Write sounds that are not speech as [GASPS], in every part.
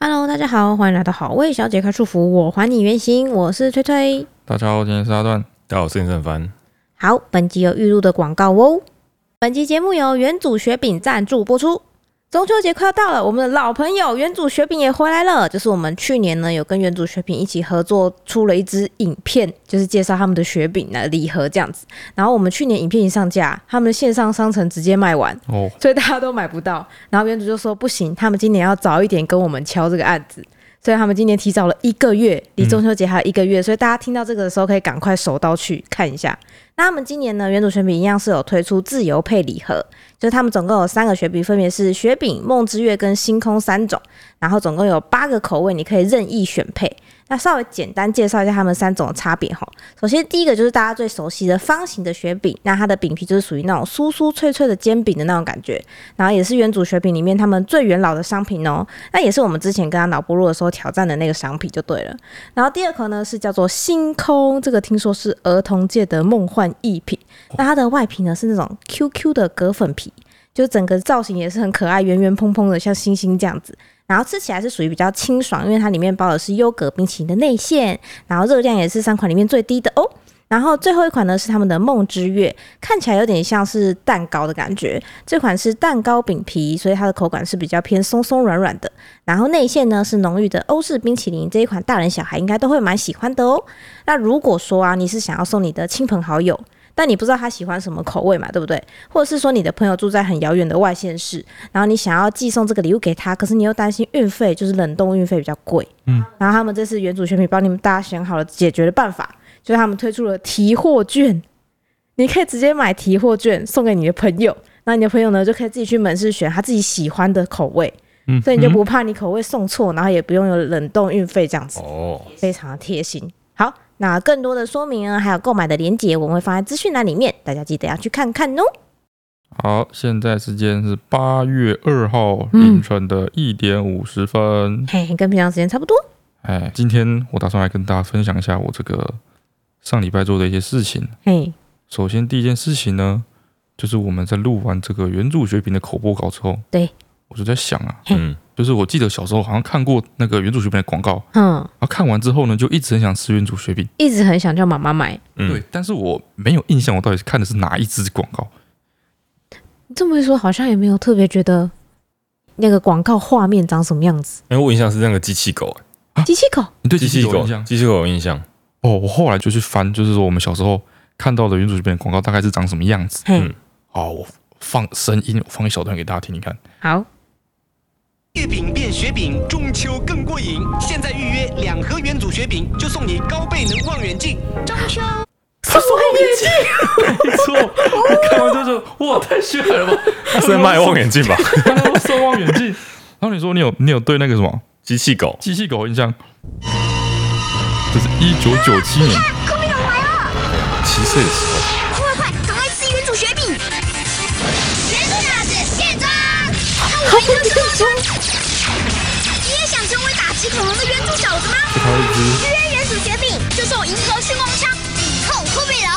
Hello，大家好，欢迎来到好味小姐开束缚，我还你原形，我是推推。大家好，今天是阿段。大家好，我是林正凡。好，本集有预录的广告哦。本集节目由元祖雪饼赞助播出。中秋节快要到了，我们的老朋友元祖雪饼也回来了。就是我们去年呢有跟元祖雪饼一起合作出了一支影片，就是介绍他们的雪饼啊礼盒这样子。然后我们去年影片一上架，他们的线上商城直接卖完，哦，所以大家都买不到。然后原主就说不行，他们今年要早一点跟我们敲这个案子，所以他们今年提早了一个月，离中秋节还有一个月，所以大家听到这个的时候可以赶快手刀去看一下。那他们今年呢，原主雪饼一样是有推出自由配礼盒，就是他们总共有三个雪饼，分别是雪饼、梦之月跟星空三种，然后总共有八个口味，你可以任意选配。那稍微简单介绍一下他们三种的差别哈。首先，第一个就是大家最熟悉的方形的雪饼，那它的饼皮就是属于那种酥酥脆脆的煎饼的那种感觉，然后也是原祖雪饼里面他们最元老的商品哦。那也是我们之前跟他脑波弱的时候挑战的那个商品就对了。然后第二个呢是叫做星空，这个听说是儿童界的梦幻逸品。那它的外皮呢是那种 QQ 的葛粉皮，就整个造型也是很可爱，圆圆蓬蓬的，像星星这样子。然后吃起来是属于比较清爽，因为它里面包的是优格冰淇淋的内馅，然后热量也是三款里面最低的哦。然后最后一款呢是他们的梦之月，看起来有点像是蛋糕的感觉。这款是蛋糕饼皮，所以它的口感是比较偏松松软软的。然后内馅呢是浓郁的欧式冰淇淋，这一款大人小孩应该都会蛮喜欢的哦。那如果说啊，你是想要送你的亲朋好友，但你不知道他喜欢什么口味嘛，对不对？或者是说你的朋友住在很遥远的外县市，然后你想要寄送这个礼物给他，可是你又担心运费，就是冷冻运费比较贵。嗯，然后他们这次原主选品帮你们大家想好了解决的办法，就是他们推出了提货券，你可以直接买提货券送给你的朋友，那你的朋友呢就可以自己去门市选他自己喜欢的口味。嗯所以你就不怕你口味送错，然后也不用有冷冻运费这样子。嗯哦，非常的贴心。好，那更多的说明呢，还有购买的链接，我们会放在资讯栏里面，大家记得要去看看哦。好，现在时间是八月二号嗯凌晨的一点五十分。嘿，跟平常时间差不多。哎，今天我打算来跟大家分享一下我这个上礼拜做的一些事情。嘿，首先，第一件事情呢，就是我们在录完这个原著雪饼的口播稿之后，对，我就在想啊，嗯，就是我记得小时候好像看过那个原著雪饼的广告，嗯，然后看完之后呢，就一直很想吃原著雪饼。一直很想叫妈妈买，嗯对，，但是我没有印象，我到底是看的是哪一支广告。这么一说，好像也没有特别觉得那个广告画面长什么样子。因为我印象是那个机器狗，啊机器狗，你对机机器器狗有狗印象，？机器狗有印象。哦，我后来就去翻，就是说我们小时候看到的原主这边的广告大概是长什么样子。嘿嗯，好，我放声音，我放一小段给大家听听看。好，月饼变雪饼，中秋更过瘾。现在预约两盒元祖雪饼，就送你高倍能望远镜。中秋。没 [LAUGHS] 错，我看完之后就哇，太炫了 [LAUGHS] 吧！它是在卖望远镜 [LAUGHS] 吧？镜，送望远镜。 [LAUGHS] 然后你说你有你有对那个什么机器狗，机器狗有印象？这是一九九七年，公园来了！七岁的时候，快快，赶快吃原主雪饼！原主大师现装，那我们一定成功！你也想成为打击恐龙的原主小子吗？它有一只预约原主雪饼，就送银河星光枪，以后会被饶。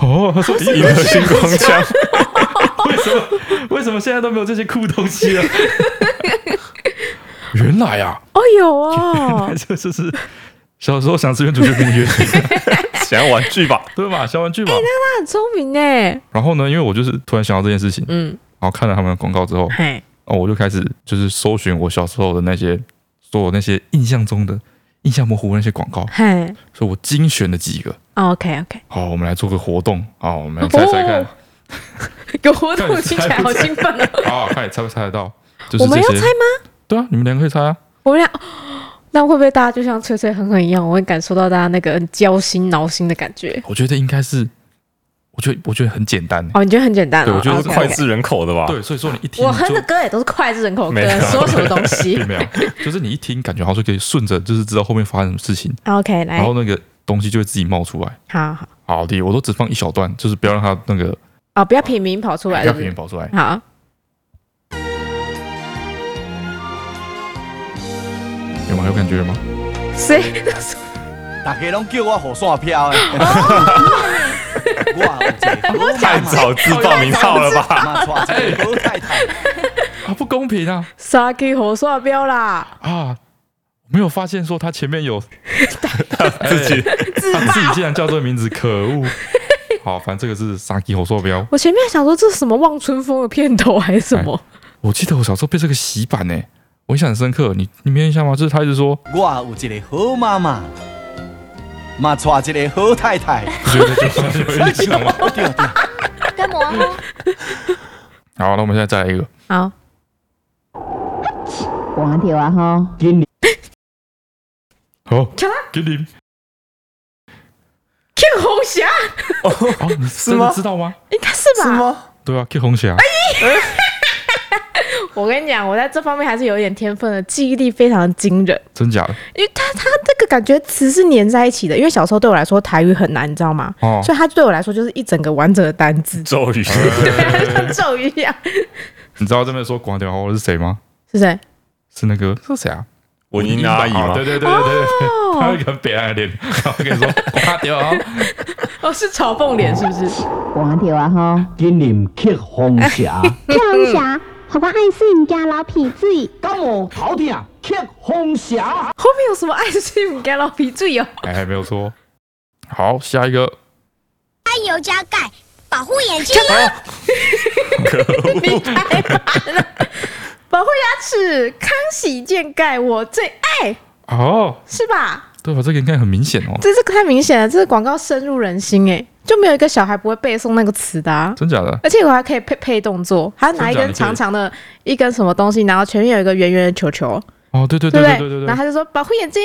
哦，它说银河星光枪，为什么为什么现在都没有这些酷东西了？原来啊，哦有啊 [LAUGHS] 哦，这就是小时候想吃原主角饼的原因，想要玩具吧？对吧？小玩具吧。他很聪明欸哎，然后呢，因为我就是突然想到这件事情，嗯，然后看了他们的广告之后，嘿，哦，我就开始就是搜寻我小时候的那些，所有那些印象中的、印象模糊的那些广告，嘿哦所以我精选了几个。 ，OK OK，好，我们来做个活动好，我们来猜猜看哦， [LAUGHS] 有活动看你听起来猜不好兴奋哦。好，看你猜不猜得到？ [LAUGHS] 就是我们这要些猜，吗？对啊，你们两个可以猜啊。我们俩。那会不会大家就像吹吹哼哼一样，我会感受到大家那个焦心挠心的感觉？我觉得应该是，我觉得我觉得很简单欸。哦，你觉得很简单哦？对我觉得都啊 OK，OK 是脍炙人口的吧？对，所以说你一听我你哼就的歌也都是脍炙人口歌没，有 [LAUGHS] 说什么东西并没有，就是你一听感觉好像就可以顺着，就是知道后面发生什么事情， ？OK，来哎然，后那个东西就会自己冒出来。好好好的，我都只放一小段，就是不要让它那个哦，不要平民跑出来，哎对不要不平对面跑出来。好，有吗？有感觉了吗？谁？ [LAUGHS] 大家拢叫我火线飘的。哇，我太早自报名号了吧？嘛错这个何太太，啊，不公平啊杀鸡火刷标啦，啊！没有发现说他前面有 [LAUGHS] 自己他自己竟然叫这个名字，可恶！好，反正这个是沙棘火兽标，我前面想说这是什么望春风的片头还是什么？我记得我小时候被这个洗版呢、我印象很深刻。你你没印象吗？就是他一直说，我有一个好妈妈，嘛错一个好太太。你觉得就是 [LAUGHS] 有印象吗？跟蘑菇。好，那我们现在再来一个，好，光条啊吼，好瞧他，给 [LAUGHS] 你。 Q 红霞哦，你真的知道吗？应该是吧？吗？对啊，Q 红霞，我跟你讲，我在这方面还是有一点天分的，记忆力非常惊人。真假的？因为他他这个感觉词是粘在一起的，因为小时候对我来说台语很难，你知道吗？哦所以它对我来说就是一整个完整的单字，咒语， [LAUGHS] 像咒语一样。你知道这边说广电话是谁吗？是谁？是那个是谁啊？文英阿姨啊吗对？对对对对对，他有一个很北岸的脸，然后跟你说广 [LAUGHS] 电话，哦，是嘲讽脸是不是？光条啊吼，金林克红霞，跳侠，互我爱心加老痞子。感冒头痛克红霞。后面有什么爱心干老皮最有？哎，没有错。好，下一个，爱油加盖，保护眼睛。啊你太烦了。保护牙齿，康熙健钙，我最爱，哦，是吧？对吧？这个应该很明显哦，这这个太明显了，这个广告深入人心哎，就没有一个小孩不会背诵那个词的、啊。真假的？而且我还可以配配动作，还要拿一根长长的一根什么东西，然后前面有一个圆圆的球球，哦，对对对对对不对对然后他就说保护眼睛，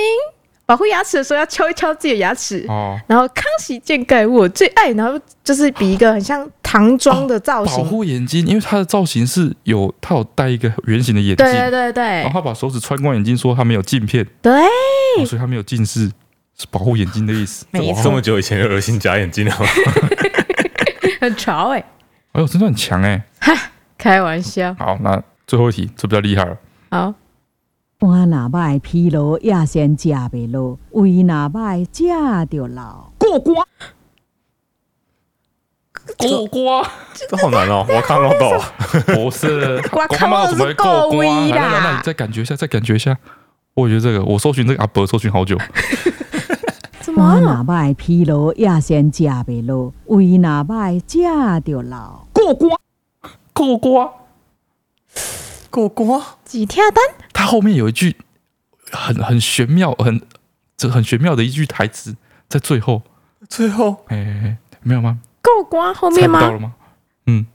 保护牙齿的时候要敲一敲自己的牙齿。哦，然后康熙健盖我最爱，然后就是比一个很像唐装的造哦保型，护眼睛，因为他的造型是有，他有戴一个圆形的眼镜，对对对对、然后他把手指穿过眼睛，说他没有镜片，对，哦所以他没有近视，是保护眼睛的意思。没这错，么久以前就恶心假眼啊 [LAUGHS] 睛了吗？很潮哎、哎呦，真的很强哎！开玩笑。好，那最后一题，这比较厉害了。 [LAUGHS] 好，我若歹疲劳，也先食袂落；胃若歹，食着老。过瓜这好难哦，我看不懂。不 [LAUGHS] 是，瓜瓜妈怎么会过瓜？瓜是来够威啦来来，那你再感觉一下，再感觉一下。我觉得这个，我搜寻这个阿伯搜寻好 [LAUGHS] 久，怎我么若了？歹疲劳，也先食袂落；胃若歹，食着老。过瓜。过瓜，几天啊单？他后面有一句很很玄妙、很这很玄妙的一句台词，在最后，最后哎、哎哎没有吗？够光后猜面不到吗了？ [LAUGHS] 吗？嗯，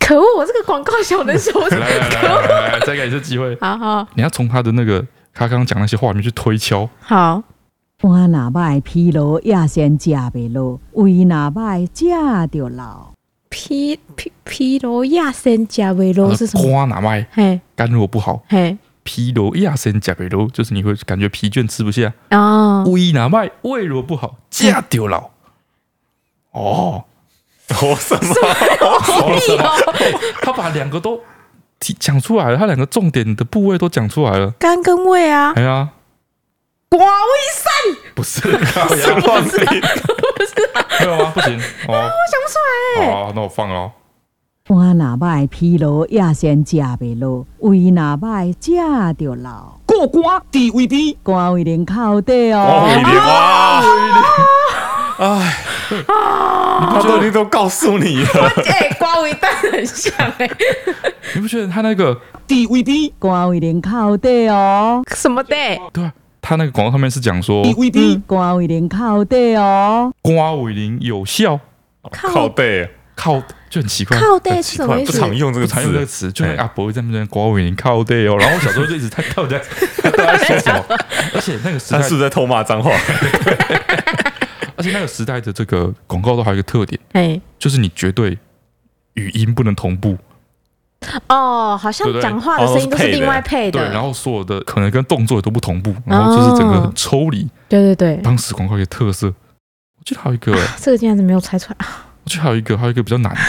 可恶，我这个广告小能手。。[LAUGHS] 来来来来来来，再给一次机 [LAUGHS] 会好好你要从他的那个他刚刚讲那些话里面去推敲，好，我若歹疲劳，也先食袂落；胃若歹，食着老。疲疲疲劳亚森加维罗是什么？瓜哪卖嘿肝如果不好，嘿疲劳亚身加疲劳，就是你会感觉疲倦，吃不下。哦，胃哪卖胃如果不好，架丢了。哦，我什么？屁哦，他把两个都提讲出来了，他两个重点的部位都讲出来了。肝跟胃啊，哎呀，瓜胃散，不是，啊靠呀乱听 [LAUGHS] 没有吗？不行哦，想不出来欸好，那我放了哦。我若歹疲劳，也先食袂落；胃若歹，食着老。过关地位低，肝胃连口底啊哦，哦。威廉哇！哎，他都已经都告诉你了， [LAUGHS] 哎，瓜胃蛋很像哎，你不觉得他那个地位低，肝胃连口底哦。什么的？对啊？他那个广告上面是讲说地嗯位低，肝胃连口底哦。瓜尾林有效啊靠背靠，就很奇怪。靠很背奇是哎什么怪意哎不思？常用这不个常用这个词，词，就那个哎阿伯在那边瓜尾林靠背哦。然后我小时候就一直在到底在 [LAUGHS] 他到底在说什么，而且那个时代他，是不是在偷骂脏 [LAUGHS] 话？而且那个时代的这个广告都还有一个特点，哎就是你绝对语音不能同步，哦，好像对不对哦讲话的声音都是另外配对，然的，哦后所有的可能跟动作也都不同步，然后就是整个很抽离。对对对，当时广告一个特色，我记得还有一 [LAUGHS] 个、啊这个竟然是没有猜出来，我觉得还有一个，还有一个比较难的。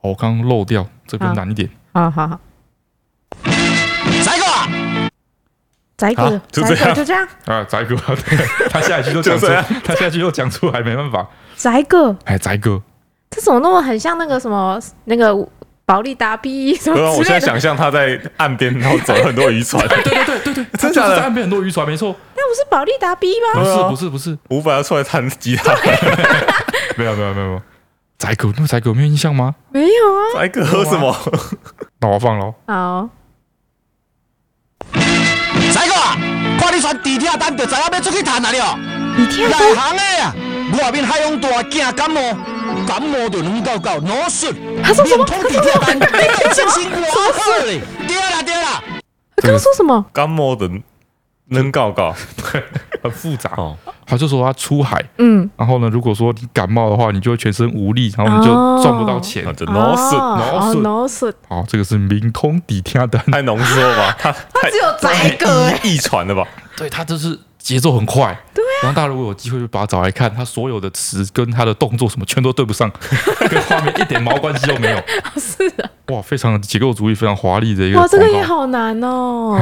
哦，我刚刚漏掉，这边好难一点。好好好，再个宰狗好就宰这狗样就这样， [LAUGHS] 啊，宰哥，对他下一句都就讲出这样，他下一句又讲出来，没办法。宅个，哎，宅哥，这怎么那么很像那个什么那个保利达 B 什对啊，么我之现类在的？想象他在岸边，然后走很多渔 [LAUGHS] 船，对对对对对，真的他假就的是在岸边很多渔船，没错，那不是保利达 B 不吗？对是啊不是不是，五百要出来弹吉他，没有没有没有没有，宅哥，那宅哥没有印象吗？没有啊。来个喝什么？那我放了，哦好，仔哥啊，看你穿地铁单，就知影要出去谈啊了。你跳内灯，行的啊，外面海洋大，惊感冒，感冒就软膏膏，脑损。他说什么通地铁单，你精神我好嘞。对啦对啦，他刚说什么？干摸的能搞搞，很复杂哦。他就说他出海，嗯，然后呢，如果说你感冒的话，你就会全身无力，然后你就哦赚不到钱。啊这 no 是哦 no 是，no 是，好，这个是明通底天单，太浓缩吧， [LAUGHS] 他他只有宅哥哎遗传的 [LAUGHS] 吧？对 [LAUGHS] 他就是节奏很快。对、啊然后大家如果有机会就把它找来看，他所有的词跟他的动作什么全都对不上， [LAUGHS] 跟画面一点毛关系都没有。是的， [LAUGHS] 哇，非常结构主义，非常华丽的一个哇，广告，哎这个也好难哦。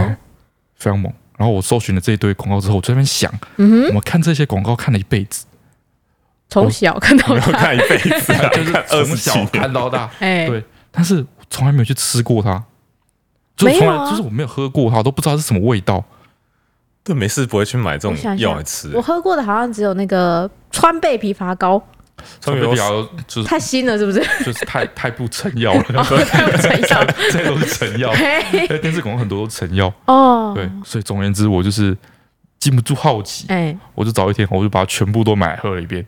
非常猛。然后我搜寻了这一堆广告之后，我就在那边想，嗯我哼，们看这些广告看了一辈子，从小看到没有大，看一辈子 [LAUGHS] 啊，就是看从二十小几看年，到大，哎，对， [LAUGHS] 但是我从来没有去吃过它，就是没从有来、啊就是我没有喝过它，我都不知道它是什么味道。对，没事不会去买这我种想药想来吃我。喝过的好像只有那个川贝枇杷膏，川贝比枇杷较就是太新了是 [LAUGHS] 不是？就是太太不成药了， [LAUGHS] 太有成效了。这都是成药。嘿哎，电视广告很多都是成药，哦，对，所以总而言之，我就是禁不住好奇，哎，我就找一天，我就把它全部都买喝了一遍。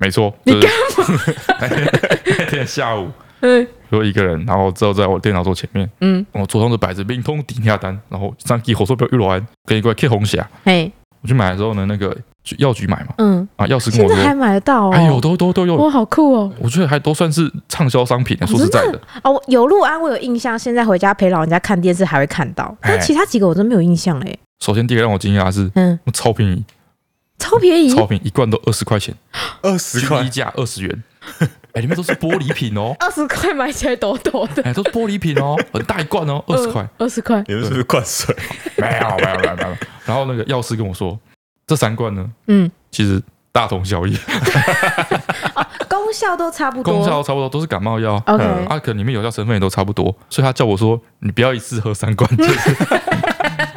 没错，啊你就是那天那天 [LAUGHS] 下 [LAUGHS] 午，嗯我一个人，然后之后在我电脑桌前面，嗯，我桌上就摆着冰通顶下单，然后上期火烧标玉罗安跟一块 K 红霞，嘿，我去买的时候呢，那个去药局买嘛，嗯，啊，药师跟现我在还说，买得到哦，哎呦，都都都哇，有，好酷哦！我觉得还都算是畅销商品呢。说实在的，哦，我有鹿安我有印象，现在回家陪老人家看电视还会看到，哎但其他几个我真没有印象欸嘞。首先第一个让我惊讶的是，嗯，超便宜，超便宜，超便宜，一罐都二十块钱，二十均块一，价二十 [LAUGHS] 元，哎，里面都是玻璃瓶哦，二十块买起来抖抖的，哎，都是玻璃瓶哦，很大一罐哦，二十块，嗯，二十块，你们是不是灌水？没有没有没有没有。然后那个药师跟我说，这三罐呢，嗯，其实大同小异，功效都差不多。功效都差不多，都是感冒药。 OK，嗯啊，可能里面有效成分也都差不多，所以他叫我说，你不要一次喝三罐， [LAUGHS] 就是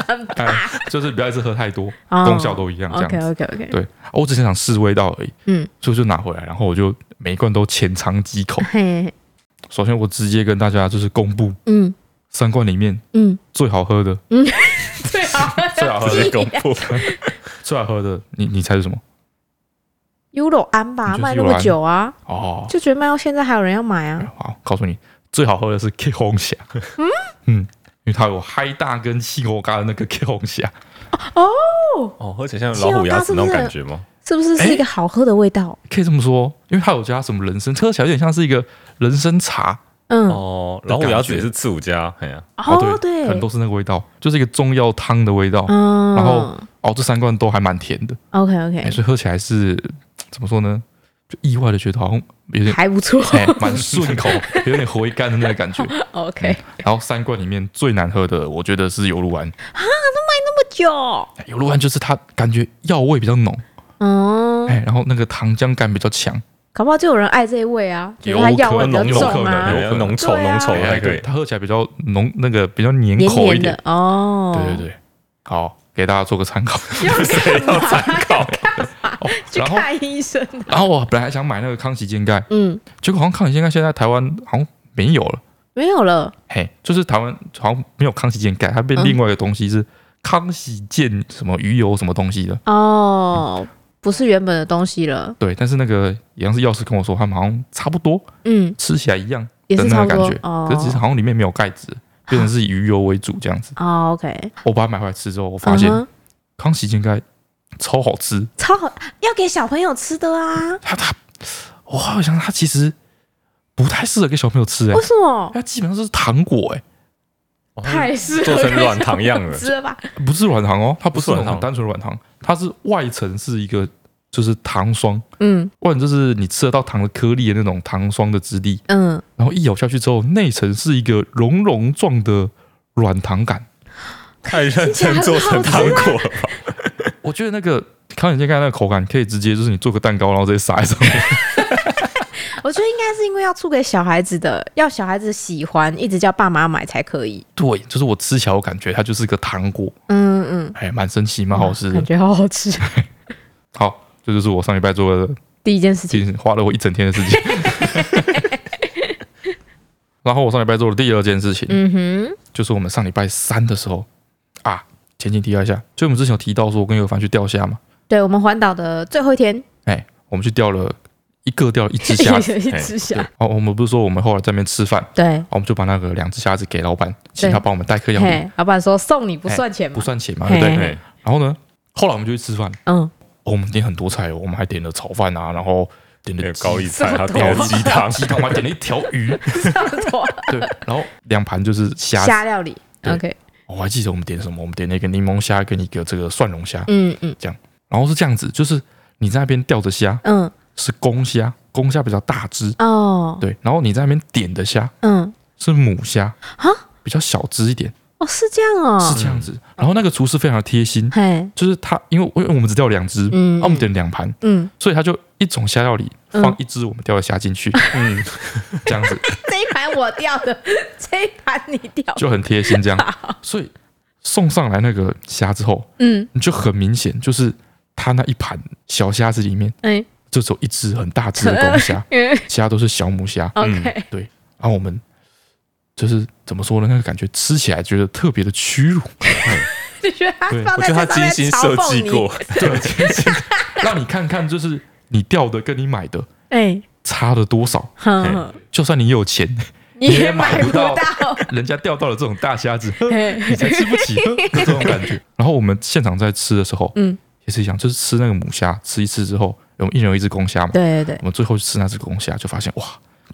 很棒哎就是不要一次喝太多，哦功效都一样这样子 OK。OK OK，对，我只是想试味道而已，嗯，所以我就拿回来，然后我就每一罐都浅尝几 [LAUGHS] 口。嘿，嘿首先，我直接跟大家就是公布嗯三罐里面嗯，最好喝的，最好最好喝直接的，公布，最好喝的，你你猜是什么？优乐安吧，你就是卖那么久啊，哦，就觉得卖到现在还有人要买啊。好，告诉你，最好喝的是 K 红霞，嗯因为它有嗨大跟气候咖的那个 K 红霞，哦，而且像老虎牙齿那种感觉吗？是不是哎是一个好喝的味道？可以这么说，因为它有加什么人参，喝起来有点像是一个人参茶，啊嗯，哦，老虎牙齿也是刺五加，哎呀，哦可能对都，是那个味道，就是一个中药汤的味道。嗯，然后哦，这三罐都还蛮甜的， OK 哎、 OK，所以喝起来是怎么说呢？就意外的觉得好像有点还不错哎，蛮顺 [LAUGHS] 口，有点回甘的那个感觉。哎 OK，然后三罐里面最难喝的，我觉得是油鹿丸。不久，哎油鹿丸就是它感觉药味比较浓，嗯，哎，然后那个糖浆感比较强，搞不好就有人爱这一味啊，觉有得它药味比较可能有重可能啊有，哎要浓稠对啊浓稠哦的还可以。哎它喝起来比较浓，那个比较黏黏口一黏点的。哦。对对对，好，给大家做个参考。 [LAUGHS] [LAUGHS] 要参考， [LAUGHS] 哦去然后，看医生啊。然后我本来想买那个康熙健钙，嗯，结果好像康熙健钙现在台湾好像没有了。没有了，嘿，就是台湾好像没有康熙健钙，它变嗯另外一个东西是康熙健什么鱼油什么东西的。哦，不是原本的东西了，对，但是那个一样是药师跟我说，他们好像差不多，嗯，吃起来一样也的是那差个不感多觉，哦可是只是好像里面没有钙质，变成是以鱼油为主这样子。哦，OK，我把它买回来吃之后，我发现嗯哼康熙健钙超好吃，超好，要给小朋友吃的啊，它它，我好像它其实不太适合给小朋友吃哎、为什么？它基本上是糖果哎、太适合哦做成给软糖小样朋 [LAUGHS] 友了吃了吧？不是软糖哦，它不是不那是软种糖单纯软糖，它是外层是一个就是糖霜，嗯外层就是你吃得到糖的颗粒的那种糖霜的质地，嗯，然后一咬下去之后，内层是一个绒绒状的软糖感。太认真做成糖果了吧？我觉得那个烤点心盖那个口感可以直接就是你做个蛋糕，然后直接撒在上面。我觉得应该是因为要出给小孩子的，要小孩子喜欢，一直叫爸妈买才可以。 [LAUGHS] 对，就是我吃起来我感觉它就是个糖果，嗯嗯，哎，蛮神奇，蛮好吃的感。觉好好吃。好，这就是我上礼拜做的 [LAUGHS] 第一件事情，其实花了我一整天的事情。 [LAUGHS] 然后我上礼拜做的第二件事情，嗯哼，就是我们上礼拜三的时候啊，前情提要一下，就我们之前有提到说，我跟尤凡去钓虾嘛，对我们环岛的最后一天，哎，我们去钓了一个钓了一只虾子有， [LAUGHS] 一只对虾，，哦，我们不是说我们后来在那边吃饭，哦对，我们就把那个两只虾子给老板，请对他帮我们代客养鱼，嘿，老板说送你不算钱不嘛，算钱嘛，对不对？嘿嘿然后呢，后来我们就去吃饭，嗯，哦我们点很多菜哦，我们还点了炒饭啊，然后点那了个高丽丽菜，他这么点多了鸡汤，哦鸡汤，我还点了一条鱼，差不 [LAUGHS] 多对，然后两盘就是虾子。虾料理对，OK，哦我还记得我们点什么，我们点了一个柠檬虾跟一个这个蒜蓉虾，嗯嗯然后是这样子，就是你在那边钓的虾嗯，是公虾，公虾比较大只，哦，对，然后你在那边点的虾嗯，是母虾啊，比较小只一点，哦，是这样哦，是这样子。然后那个厨师非常的贴心，嘿，就是他，因为因为我们只钓两只，嗯啊我们点两盘，嗯，所以他就一种虾料理嗯放一只我们钓的虾进 [LAUGHS] 去，嗯，这样子这一盘我掉的，这一盘你掉，就很贴心，这样，所以送上来那个虾之后，嗯，你就很明显就是他那一盘小虾子里面哎，就只有一只很大只的公虾嗯其他都是小母虾，嗯，OK，对，然后我们就是怎么说呢？那个感觉吃起来觉得特别的屈辱，就觉得他对放我在觉这得他上精面心嘲设计讽你，过， [LAUGHS] 对，真是让你看看就是你钓的跟你买的哎，差了多少。哼嘿哼，就算你有钱， [LAUGHS] 你也也买买不不到到， [LAUGHS] 人家钓到了这种大虾子，嘿你才吃不 [LAUGHS] 起，就这种感觉。然后我们现场在吃的时候，嗯，也是一样，就是吃那个母虾，吃一次之后，我们一人有一只公虾嘛，对对对我，们最后去吃那只公虾，就发现哇，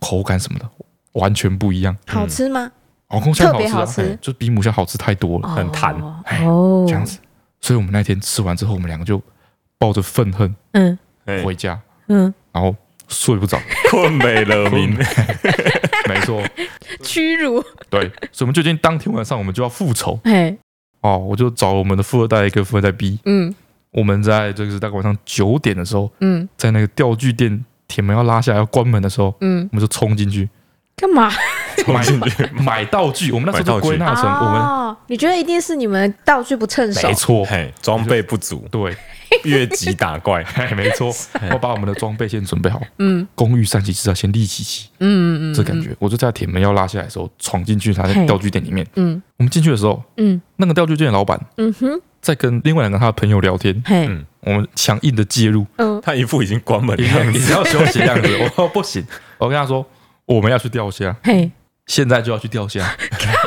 口感什么的完全不一样。好吃吗？哦，公虾特好别吃啊，好吃嘿就比母虾好吃太多了，很弹哦哎哦，这样子。所以我们那天吃完之后，我们两个就抱着愤恨嗯嘿回家，嗯，然后睡不 [LAUGHS] 着。困美了明明，没错，屈辱，对，所以我们就定当天晚上我们就要复仇嘿，哦，我就找我们的富二代跟富二代 B，嗯我们在这个是大概晚上九点的时候，嗯在那个钓具店铁门要拉下来要关门的时候，嗯，我们就冲进去干嘛？买买道具，我们那时候买道就具归纳成我们哦，你觉得一定是你们道具不趁手没？错， [LAUGHS] 嘿，装备不足，对， [LAUGHS] 越级打怪， [LAUGHS] 嘿哎没 [LAUGHS] 错，我把我们的装备先准备好，嗯公寓三级是要先立起起，嗯嗯嗯，这感觉，我就在铁门要拉下来的时候闯进去，他在钓具店里面，嗯我们进去的时候，嗯那个钓具店的老板嗯哼，在跟另外两个他的朋友聊天，嘿，嗯我们强硬的介 [LAUGHS] 入，嗯他一副已经关门的一 [LAUGHS] 定要样一子，定要休息的样 [LAUGHS] 子，我说不行，我跟他说我们要去钓虾，嘿，现在就要去钓 [LAUGHS] 虾，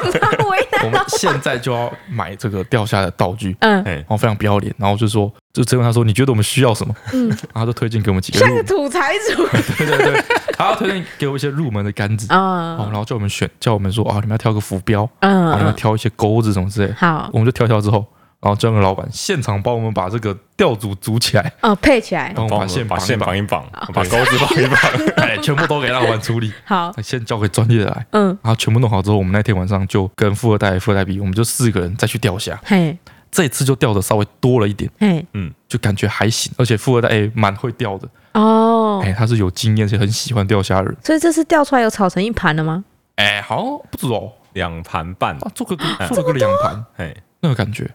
那为 [LAUGHS] 难我们现在就要买这个钓虾的道具， [LAUGHS] 嗯嘿然后非常不要脸，然后就说就只问他说你觉得我们需要什么，嗯，然后他就推荐给我们几个像个入，土财 [LAUGHS] 主对对对，他推荐给我一些入门的杆子，哦，啊然，后叫我们选，叫我们说啊你们要挑个浮标，啊你们要嗯，挑一些钩子什么之类的，好，我们就挑挑之后。然后叫那个老板现场帮我们把这个钓组组起来，哦，配起来，帮我们把哎帮我们线把绑线一绑绑一绑，把钩 [LAUGHS] 子绑一绑，哎，全部都给老板处理，好，先交给专业的来。嗯，然后全部弄好之后，我们那天晚上就跟富二代、富二代比，我们就四个人再去钓虾。嘿，这一次就钓的稍微多了一点，嘿，嗯就感觉还行。而且富二代哎蛮会钓的，哦，哎，他是有经验，且很喜欢钓虾的人。所以这次掉出来有炒成一盘了吗？哎，好像不止哦，哎两盘半，啊，做个做个啊两盘，嘿，那个感觉，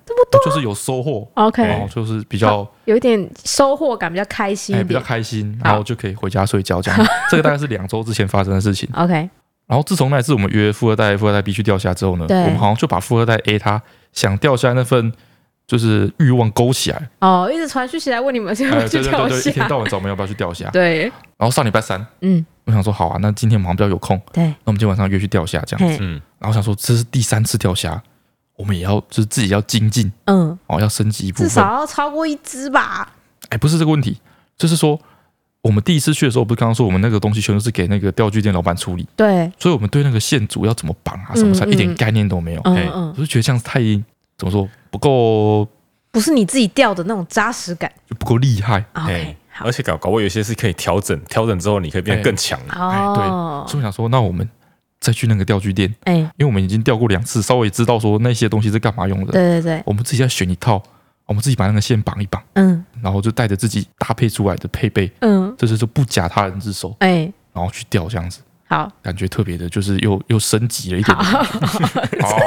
就是有收获。然后 OK，就是比较有一点收获感，比较开心哎一比较点。开心，好然后就可以回家睡觉这 [LAUGHS] 样。这个大概是两周之前发生的事情。 OK，然后自从那次我们约富二代、富二代 B 去钓虾之后呢，对我们好像就把富二代 A 他想钓虾那份就是欲望勾起 [LAUGHS] 来。哦，一直传讯息来问你们是不哎，是对去对跳对对，一天下？到晚找我们要不要去钓虾？对，然后上礼拜三，嗯，我想说好啊，那今天晚上比较有空，对，那我们今天晚上约去钓虾这样。嘿，嗯，然后想说这是第三次钓虾，我们也要就是自己要精进嗯，哦，要升级一部至分。少要超过一只吧？哎，不是这个问题，就是说我们第一次去的时候，不是刚刚说我们那个东西全都是给那个钓具店老板处理，对，所以我们对那个线组要怎么绑啊什么才嗯嗯一点概念都没有。嗯嘿我嗯，就觉得这样子太怎么说不够不是你自己掉的那种扎实感。就不够厉害。 OK，嘿，好而，且搞搞不好有些是可以调整，调整之后你可以变得更强，哎，对，哦所以，我想说，那我们再去那个钓具店，哎，因为我们已经钓过两次，稍微知道说那些东西是干嘛用的，对对对，我们自己再选一套我们自己把那个线绑一绑，嗯然后就带着自己搭配出来的配备，嗯，这是就不夹他人之手，哎、然后去钓这样子，好，感觉特别的，就是又又升级了一点。好，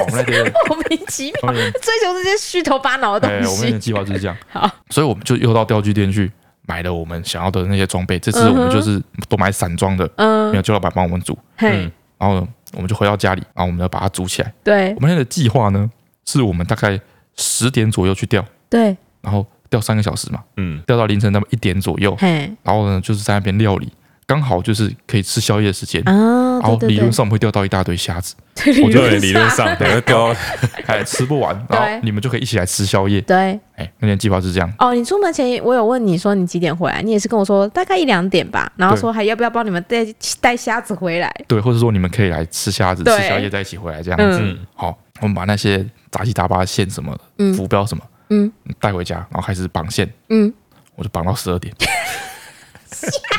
我们那天。 [LAUGHS] 莫名其妙我们追求这些虚头巴脑的哎，东我们西的，计划就是这样。好，所以我们就又到钓具店去买了我们想要的那些装备。这次我嗯哼们就是都买散装的，嗯没有邱嗯老板帮我们组。嗯嘿，然后呢，我们就回到家里，然后我们要把它组起来。对我们现在的计划呢，是我们大概十点左右去钓，对，然后钓三个小时嘛，嗯，钓到凌晨那么一点左右，嘿然后呢就是在那边料理，刚好就是可以吃宵夜的时间。啊，然后哦对对理论对上我哦们会钓到一大堆虾 [LAUGHS] 子，对，我觉得理论上哦对等下掉到哎，吃不完，对然后你们就可以一起来吃宵夜。对哎，那天计划是这样，哦，你出门前我有问你说你几点回来，你也是跟我说大概一两点吧，然后对说还要不要帮你们带带虾子回来，对，或者说你们可以来吃虾子、对吃宵夜，再一起回来这样子。嗯好，我们把那些杂七杂八的线什么的、嗯浮标什么，嗯带回家，然后开始绑线，嗯，我就绑到十二点，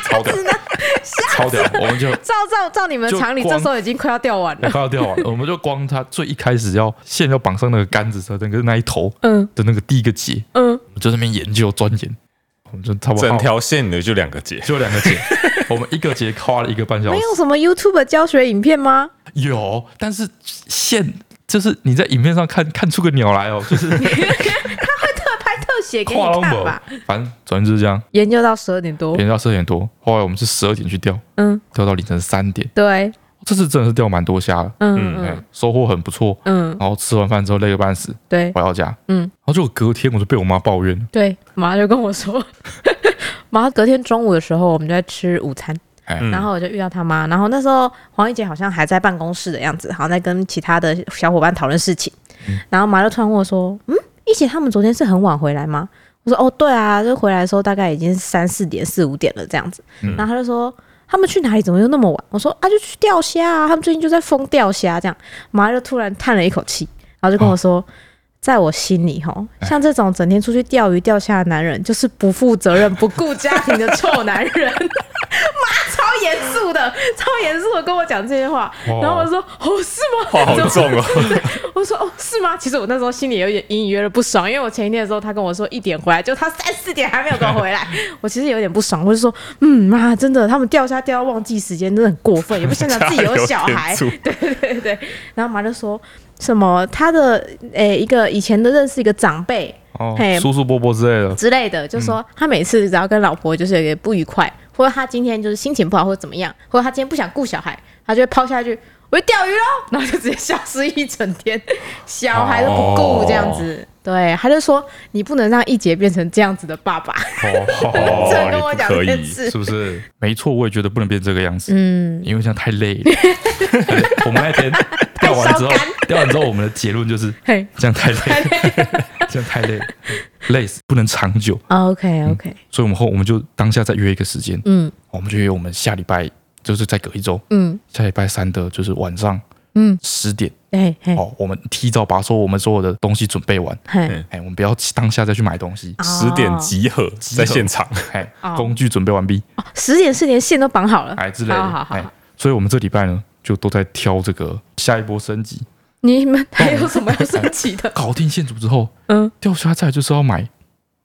超屌，超屌，我们就。照照照你们的就常理，这光时候已经快要掉完了，快要掉完了，我们就光它最一开始要线要绑上那个杆子的那个那一头嗯的那个第一个结，嗯，我们就在那边研究钻研，我们就差不多整条线的就两个结，就两个 [LAUGHS] 结，我们一个结花了一个半小没 [LAUGHS] 时，有什么 YouTube 教学影片吗？有，但是线就是你在影片上看看出个鸟来哦，就是特拍特写给你跨龙看门吧。，反正总之就是这样，研究到十二点多连，到十二点多，后来我们是十二点去钓，哦嗯，钓到凌晨三点，对，这次真的是钓蛮多虾的，嗯哎嗯收获很不错。嗯，然后吃完饭之后累个半死，对回到家，嗯然后就隔天我就被我妈抱怨了，对，马上就跟我说， [LAUGHS] 马上隔天中午的时候，我们就在吃午餐，哎嗯然后我就遇到他妈，然后那时候黄奕姐好像还在办公室的 [LAUGHS] 样子，好像在跟其他的小伙伴讨论事情，然后马就突然问我说：“嗯，一姐他们昨天是很晚回来吗？”我说：“哦，对啊，就回来的时候大概已经三四点、四五点了这样子。”然后他就说。他们去哪里？怎么又那么晚？我说啊，就去钓虾啊！他们最近就在疯钓虾，这样。马就突然叹了一口气，然后就跟我说：“在我心里，吼，像这种整天出去钓鱼钓虾的男人，就是不负责任、不顾家庭的臭男人。”超严肃的， [LAUGHS] 超严肃的跟我讲这些话，哦然后我说哦是吗？话好怎么重哦。我说哦是吗？其实我那时候心里有点隐隐约约不爽，因为我前一天的时候他跟我说一点回来，就他三四点还没有跟我回 [LAUGHS] 来，我其实有点不爽，我就说嗯妈，真的他们钓虾钓到忘记时间，真的很 [LAUGHS] 过分，也不想想自己有小加孩，油添醋 [LAUGHS] 对对对，然后妈就说什么他的诶、一个以前的认识一个长辈，哦嘿，叔叔伯伯之 [LAUGHS] 类的，哦之类的，就说他每次只要跟老婆就是有点不愉快，或者他今天就是心情不好，或者怎么样，或者他今天不想顾小孩，他就会抛下一句“我去钓鱼 [LAUGHS] 喽”，然后就直接消失一整天，小孩都不顾这样子。对，他就说你不能让一杰变成这样子的爸爸，哦，这、跟你我不讲可这件以事是。不是？没错，我也觉得不能变这个样子，嗯，因为这样太累了。 [LAUGHS] 对我们那天钓完之后太烧，钓完之后我们的结论就是 [LAUGHS] 嘿这样太累，这样太累了， [LAUGHS] 累死不能长久。 ，OK OK，所以我们后我们就当下再约一个时间，哦嗯我们就约我们下礼拜，就是再隔一周，嗯下礼拜三的就是晚上嗯，十点哎嘿哦，我们提早把所有我们所有的东西准备完，嘿嗯，哎，我们不要当下再去买东西，十点集合集合在现场，哎 [LAUGHS] 哦，工具准备完毕，哦 [LAUGHS] 十点是连线都绑好了，哎之类的，好好好哎，所以我们这礼拜呢就都在挑这 [LAUGHS] 个下一波升级，你们还有什么要升级的？搞定线组之后，嗯，钓虾菜就是要买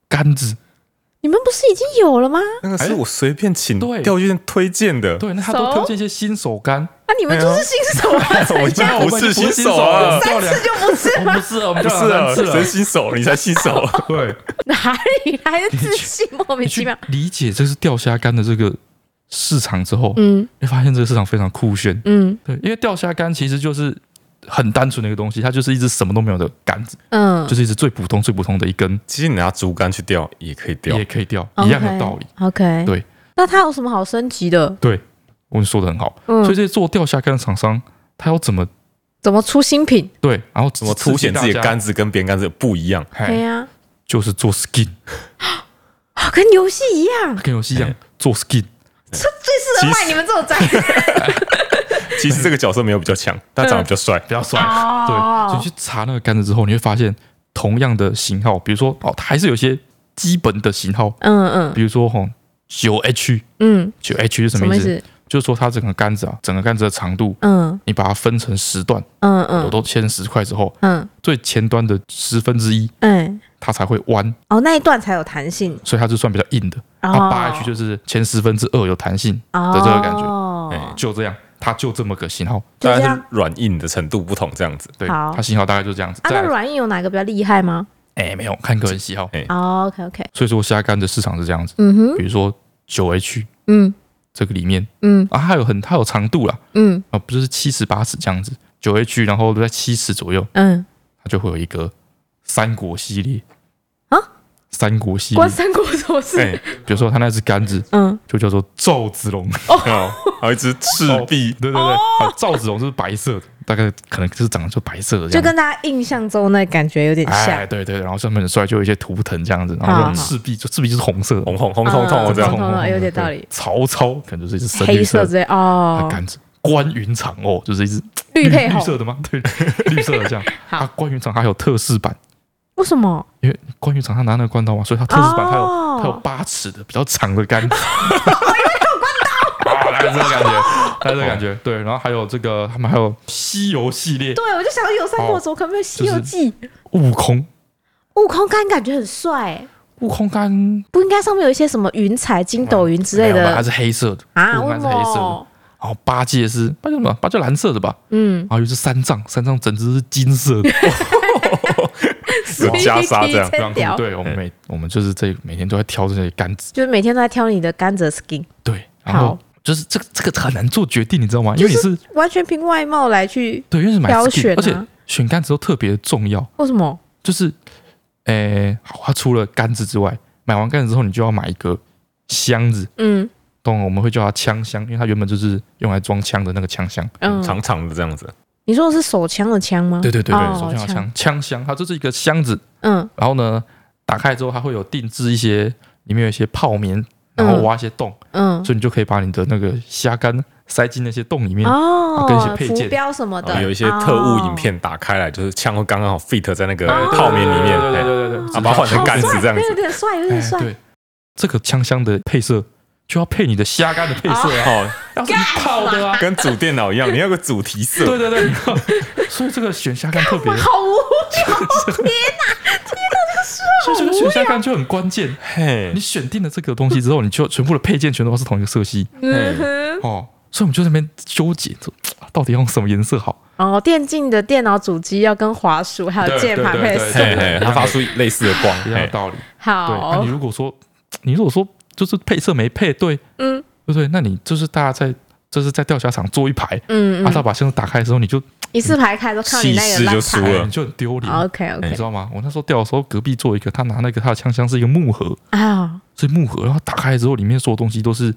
杆子，你们不是已经有了吗？那个是我随便请哎对钓鱼店推荐的，对，那他都推手荐一些新手杆，啊，你们就是新手啊，[LAUGHS] 怎我哎样？就不是新手啊，三这就不是我吗们不？是啊，我们不钓是两啊，三次谁了，新手？你才新 [LAUGHS] 手，对，哪里来的自信？莫名你其去妙。理解这是钓虾竿的这个市场之后，嗯你会发现这个市场非常酷炫。嗯对，因为钓虾竿其实就是很单纯的一个东西，它就是一只什么都没有的杆子， [LAUGHS] 嗯就是一只最普通、最普通的一根，其实你拿竹竿去钓也可以钓也，可以钓，一样的道理。。 OK，对。那它有什么好升级的？对，我说的很好。嗯所以这些做钓虾竿的厂商，他要怎么怎么出新品？对，然后怎么凸显自己的杆子？子跟别人杆子不一样？对哎，呀，就是做 skin，啊，跟游戏一样，跟游戏一样做 skin。这最适合卖你们这种宅。其实这个角色没有比较强，但长得比较帅，比较帅。哦 [LAUGHS] 对，所以去查那个杆子之后，你会发现同样的型号，比如说哦，它还是有一些基本的型号，嗯嗯比如说吼九 H，嗯，九 H 是什什么么意意思？思？就是说它整个杆子啊，整个杆子的长度，嗯你把它分成十段，嗯有嗯都切成十块之后，嗯，最前端的十分之一哎，它才会弯，哦，那一段才有弹性，哦所以它就算比较硬的。然它后扒下去就是前十分之二有弹性哦的这个感觉，哎、觉就这样，它就这么个信号，就当这然样是。软硬的程度不同，这样子。对，好它信号大概就这样子。啊，再那来软硬有哪个比较厉害吗哎、没有看个人喜好，哎？OK OK，所以说虾干的市场是这样子，嗯哼，比如说九 H 嗯这个里面嗯啊，它有很它有长度啦，嗯啊，不就是七十八尺这样子，九 H 然后在七十左右，嗯，它就会有一个三国系列啊，三国系列关，三国什么事？哎，比如说它那只杆子嗯，就叫做赵子龙，哦，还有一只赤壁， [LAUGHS] 对对对，哦啊赵子龙就是白色的，大概可能就是长得就白色的这就样子跟。大家印象中那感觉有点哎，像。啊对对，然后上面很帅，就有一些图腾这样子，然后好那种赤壁就赤壁就是红色的，红红红彤彤，哦嗯我知红道彤。彤的有点道理对曹操可能就是一只深黑绿色之的类哦，杆子，关云长哦，就是一只绿配绿红，色的吗？ [LAUGHS] 对，绿色的这样。 [LAUGHS] 好啊，关云长还有特仕版，为什么？因为关云长他拿那个关刀嘛，所以他特仕版他哦有他有八尺的比较长的 [LAUGHS] 杆子。我以为有关刀。啊，大概是这个感觉，大概是这个感觉。对，然后还有这个，他们还有西游系列，对，我就想有三国怎么可能没有《西游记》悟空，悟空干感觉很帅、欸，悟空干不应该上面有一些什么云彩、筋斗云之类没有吧它的是黑色的啊？悟为空什干是黑色的。么？然后八戒是八戒什么？八戒蓝色的吧？嗯，然后又是三藏，三藏整只是金色的， [LAUGHS] 有袈裟 [LAUGHS] 这样所以然你可以后先聊对我们每我们就是这每天都在挑这些杆子，就是每天都在挑你的甘蔗 skin，对，然后好就是这个这个很难做决定，你知道吗？因为你是完全凭外貌来去，对，因为是买挑 skin，选啊而且选杆子都特别重要，为什么？就是，诶，好，它除了杆子之外，买完杆子之后，你就要买一个箱子，嗯懂？我们会叫它枪箱，因为它原本就是用来装枪的那个枪箱。嗯，长长的这样子，你说的是手枪的枪吗？对对对哦对，手枪的枪枪箱，它就是一个箱子，嗯然后呢，打开之后它会有定制一些，里面有一些泡棉，然后挖一些洞，嗯，所以你就可以把你的那个虾干塞进那些洞里面。哦，啊跟一些配件哦浮标什么然后的，有一些特务影片打开来，就是枪会刚刚好 fit 在那个泡棉里面，对对对对对，啊，把它换成杆哦，子帅，这样有子。点帅，有点哎帅，对，这个枪箱的配色就要配你的虾干的配色啊，哦，要是一套的啊。跟主电脑一样，你要有个主题色。对对对，所以这个选虾干特别，好无聊。所以这个选虾干就很关键。嘿你，选定了这个东西之后，你就全部的配件全都是同一个色系嗯哼哦，所以我们就在那边纠结，说啊到底用什么颜色好？哦，电竞的电脑主机要跟滑鼠还有对键盘对配对色，嘿嘿，它发出类似的光，一样的嘿，道理。对，那、好哦你，如果说，你如果说就是配色没配对，嗯对不对？那你就是大家在就是在钓虾场坐一排，嗯啊，他嗯，把箱子打开的时候，你就一次排开都看你气那个势就烂输哦惨。了你就嗯很丢脸， OK 你 OK 知道吗？我那时候钓的时候，隔壁坐一个，他拿那个他的枪箱是一个木盒，啊，是木盒，然后打开之后，里面所有东西都是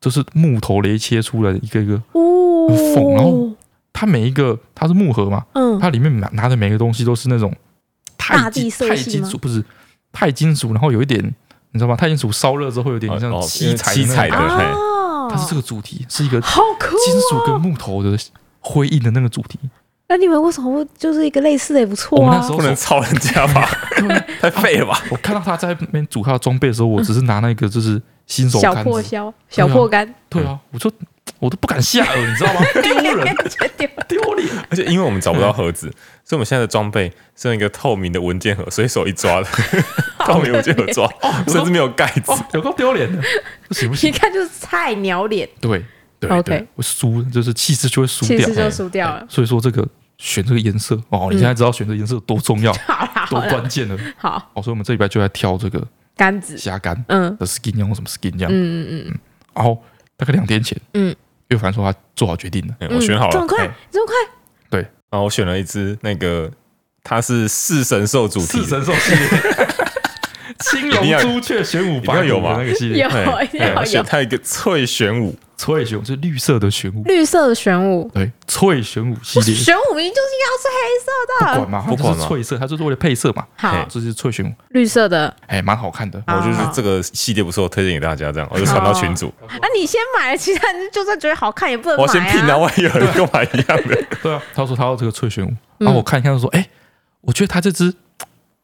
就是木头雷切出来的一个一个，哦很疯然后它每一个它是木盒嘛，嗯，它里面拿拿的每个东西都是那种钛大地金色钛系金吗属，不是钛金属，然后有一点你知道吗？钛金属烧热之后会有点像哦哦哦七彩七那种啊彩的感觉嘿哦，它是这个主题，是一个好酷哦。金属跟木头的辉映的那个主题。那你们为什么会就是一个类似的也不错我们啊那时？候不能抄人家吧？哦 [LAUGHS] 太废了 [LAUGHS] 吧？我看到他在那边组他的装备的时候，我只是拿那个就是新手小杆破子，削，小破杆， [LAUGHS] 对啊，嗯我就我都不敢下饵，你知道吗？丢人，丢脸。而且因为我们找嗯不到盒子，所以我们现在的装备是用一个透明的文件盒，随手一抓的， [LAUGHS] 透明文件盒抓， [LAUGHS] 甚至没有盖子。哦，有够丢脸 [LAUGHS] 的，不行不一行，看就是菜鸟脸，对对 OK 对，我输就是气势就会输其掉实，就输掉哎了。所以说这个选这个颜色哦，你现在知道选这个颜色有多重要、 [LAUGHS] 好啦多好啦，关键了。好哦，所以我们这礼拜就来挑这个杆子，虾干嗯的 skin 要用什么 skin 这样，嗯嗯嗯，然后大概两天前，嗯，岳凡说他做好决定了，嗯我选好这了么，快嘿，这么快，然后我选了一只那个，它是四神兽主四题的，神兽系列。 [LAUGHS] 青一定龙要朱雀玄武白虎一定要有吧的那个系列有， [LAUGHS] 嘿嘿有我选有，它一个翠玄武，翠玄武是绿色的玄武，绿色的玄武，对，翠玄武系列，玄武明就是啊要是黑色的，不管嘛，它不管就是嘛翠色，它就是为了配色嘛。好哎这是翠玄武，绿色的。哎，蛮好看的。好我就是这个系列不错，推荐给大家，这样我就传到群组。啊，你先买了，其他人就算觉得好看也不能买我要先拼啊，啊。万一有人跟我买一样的，对啊，他说他要这个翠玄武，嗯然后我看一看，就说，哎，我觉得他这只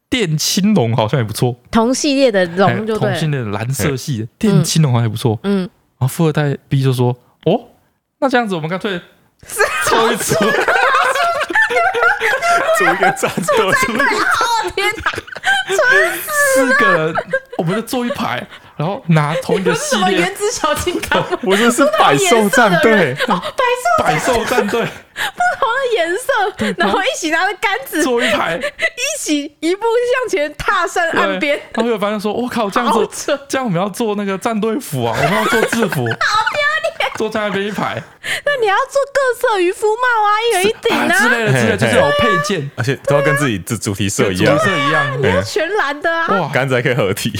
电青龙好像也不错，同系列的哎龙就对同性了，恋蓝色系的电青龙好像也不错。嗯，然后富二代 B 就说，哦，那这样子我们干脆啊凑一组，组一个战斗，组一个天哪，四个 [LAUGHS] 人，我们就坐一排，然后拿同一个系什么列原子小金刚？不我这是百兽战队，同的百兽战 [LAUGHS] 队颜色，然后一起拿着杆子，坐一排，一起一步向前踏上对岸边。然后有发现说，我靠，这样好子扯，这样我们要做那个战队服啊，我们要做制服，好漂亮，坐在那边一排那你要做各色渔夫帽啊，一人一顶啊之啊，类的之类的，就是有配件，而且都要跟自己主主题社跟一主样，色一样，对全蓝的啊。哇，杆子还可以合体，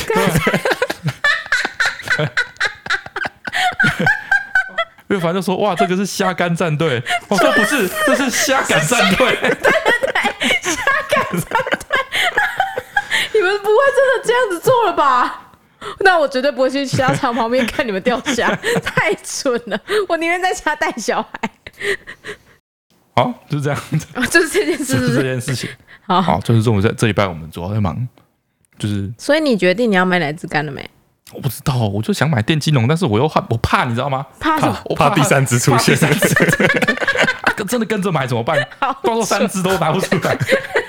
岳凡就说：“哇，这个是虾干战队。”我说：“不是，这是虾杆战队。 [LAUGHS] 你们不会真的这样子做了吧？那我绝对不会去虾场旁边看你们钓虾， [LAUGHS] 太蠢了！我宁愿在家带小孩。”好，就是这样子，啊就是这件事，哦就是这不是？件事情。 [LAUGHS] 好好，就是这种在这礼拜我们主要在忙，就是所以你决定你要买哪只干了没？我不知道，我就想买电击龙，但是我又怕，我怕你知道吗？怕什么我怕第三只出现怕第三只 [LAUGHS] 啊跟真的跟着买怎么办？ [LAUGHS] 好到时候三只都拿不出 [LAUGHS] 来，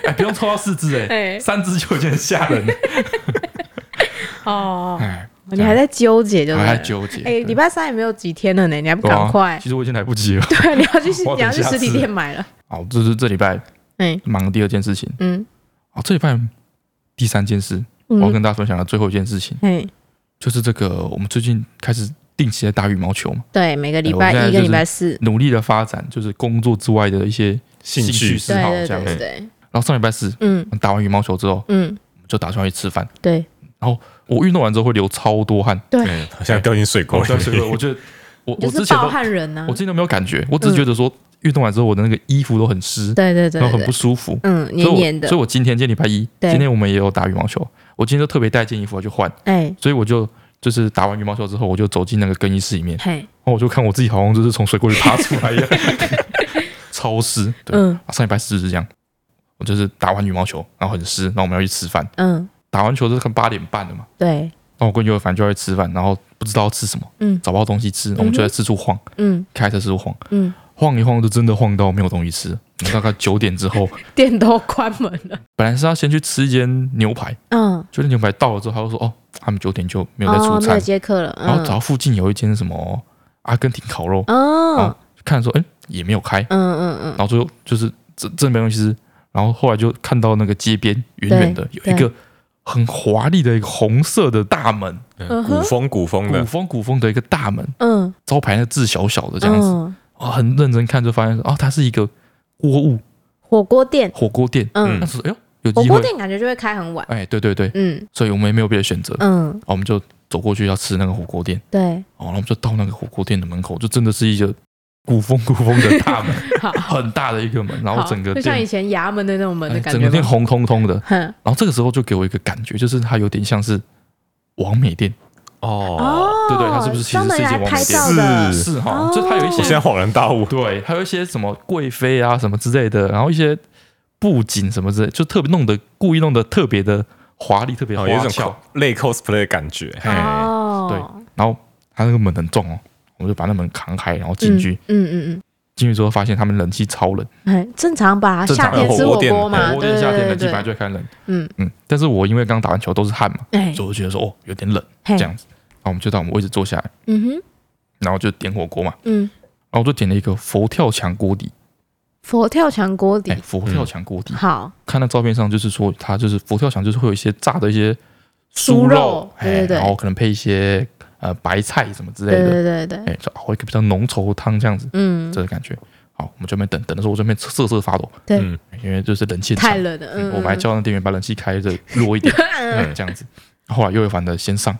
哎，不用抽到四只哎，哎三只就有点吓人了。哦，哎，你还在纠结，就我是 [LAUGHS] 还在纠结。哎，对礼拜三也没有几天了呢，你还不对啊赶快？其实我已经来不及了。对，你要去啊我要等你要去下次实体店买了。好，这是这礼拜哎，忙的第二件事情。嗯哦，这礼拜第三件事，我要嗯，跟大家分享的最后一件事情，哎，就是这个我们最近开始定期在打羽毛球嘛，对，每个礼哎我现在拜就一跟是礼拜四，努力的发展就是工作之外的一些兴趣趣对嗜好对这样对子对。对，然后上礼拜四嗯打完羽毛球之后，嗯，就打算去吃饭。对我运动完之后会流超多汗，对，嗯好像掉进水沟里哦 [LAUGHS] 对所以哎我面，觉得我我就之是前暴都汗人啊呐我。之前都没有感觉，我只是觉得说运动完之后我的那个衣服都很湿，对对对，然后对很不舒服。嗯，所以黏我黏的所以，我今天今天礼拜一，对今天我们也有打羽毛球，我今天就特别带件衣服要去换，哎所以我就就是打完羽毛球之后，我就走进那个更衣室里面，嘿，然后我就看我自己好像就是从水沟里爬出来一 [LAUGHS] 样，超湿。对，嗯啊上礼拜四是这样，我就是打完羽毛球，然后很湿，然后我们要去吃饭，嗯，打完球就是看八点半了嘛，对，然后我跟尤尔凡就要去吃饭，然后不知道吃什么，嗯找不到东西吃，我们就在四处晃，嗯开车四处晃，嗯，晃一晃就真的晃到没有东西吃。我们大概九点之 [LAUGHS] 后，店都关门了，本来是要先去吃一间牛排，嗯，九点牛排到了之后，他就说哦，他们九点就没有在哦出，没有餐，接客了，然后找到嗯，附近有一间什么阿根廷烤肉，然后哦，看说哎也没有开，嗯嗯嗯，然后最后就是这这没东西吃，然后后来就看到那个街边远远的有对一个很华丽的一个红色的大门，嗯古风古风古的，风古风的一个大门，嗯，招牌那字小小的这样子，嗯，哦，很认真看就发现哦，它是一个锅物火锅店，火锅店，嗯那，时候哎呦有火机锅会，店感觉就会开很晚，哎对对对，嗯所以我们也没有别的选择，然嗯，后我们就走过去要吃那个火锅店。对，哦，然后我们就到那个火锅店的门口，就真的是一个古风古风的大门， [LAUGHS] 好，很大的一个门，然后好整个就像以店，前衙门的那种门的哎感整觉个店吗，红彤彤的。哼，然后这个时候就给我一个感觉，就是它有点像是王美店，哦，对对它是不是其实专门是一间来网拍店照的，是是哈哦，就它有一我现在些恍然大悟，对，还有一些什么贵妃啊什么之类的，然后一些布景什么之类，就特别弄得故意弄得特别的华丽，特别哦，有花一种俏 co-。类 cosplay 的感觉，哎，对哦，然后它那个门很重哦，我们就把那门扛开，然后进去。嗯嗯进去之后发现他们人气超冷，嗯，很正常吧？正夏常天吃火火锅店锅哦嘛，哎我对觉得夏天对冷气对本来对，就开冷，嗯嗯，但是我因为刚打完球都是汗嘛，哎所以我就觉得说哦有点冷嘿这，样子，然后我们就到我们位置坐下来，嗯哼，然后就点火锅嘛，嗯，然后我就点了一个佛跳墙锅底，佛跳墙锅哎、底，佛跳墙锅底，好，看那照片上就是说它就是佛跳墙，就是会有一些炸的一些猪肉哎对对对然后可能配一些呃白菜什么之类对的，对对对，哎、就熬一个比较浓稠的汤这样子，嗯，这个感觉。好，我们这边等等的时候，我这边瑟瑟发抖，对嗯，因为就是冷气很太强哎冷了，嗯，我本来叫那店员把冷气开着弱 [LAUGHS] 一点，嗯、这样子。后来又有凡的先上，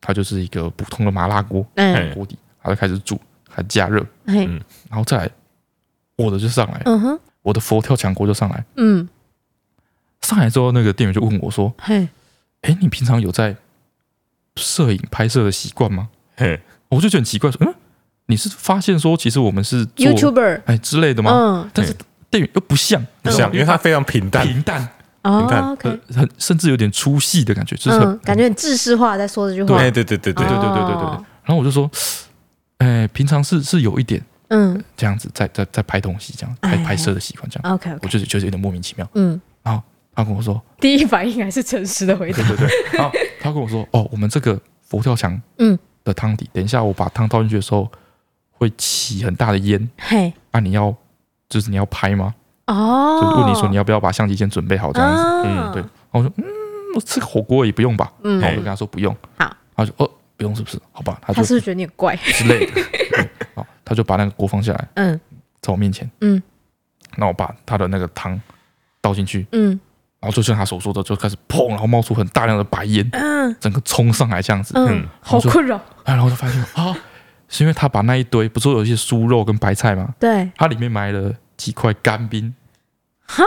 它就是一个普通的麻辣锅嗯锅底，它就开始煮，它加热，嗯嘿，然后再来我的就上来，嗯哼，我的佛跳墙锅就上来。嗯，上来之后，那个店员就问我说嘿，：“哎，你平常有在摄影拍摄的习惯吗嘿，？”我就觉得很奇怪，说：“嗯，你是发现说其实我们是做 YouTuber，哎之类的吗？”嗯，但是店员又不像，不像，因为它非常平淡，平淡，呃哦看，OK，很甚至有点粗细的感嗯觉，就是很嗯，感觉很制式化在说这句话，对对对对对对对对对对对。然后我就说，哎，平常是是有一点嗯这样子在在在拍东西，这样哎拍哎拍摄的习惯这样， ，OK 我 OK，就是就是有点莫名其妙。嗯，然后他跟我说，第一反应还是诚实的回答对，对 [LAUGHS] 对，然后他跟我说，哦，我们这个佛跳墙嗯的汤底，等一下我把汤倒进去的时候会起很大的烟嘿，啊，你要就是你要拍吗？[LAUGHS] 哦，就是问你说你要不要把相机先准备好这样子。啊嗯对，然后我说嗯，我吃个火锅也不用吧，嗯然后我就跟他说不用，好，他就哦不用是不是？好吧，他他就是不是觉得你很 [LAUGHS] 怪？之类的，对好，他就把那个锅放下来，嗯在我面前，嗯，那我把他的那个汤倒进去，嗯然后就像他所说的，就开始砰，然后冒出很大量的白烟，嗯整个冲上来这样子，嗯，好困扰，哎，然后我就发现啊，是因为他把那一堆不是有一些酥肉跟白菜吗？对，它里面埋了几块干冰，哈，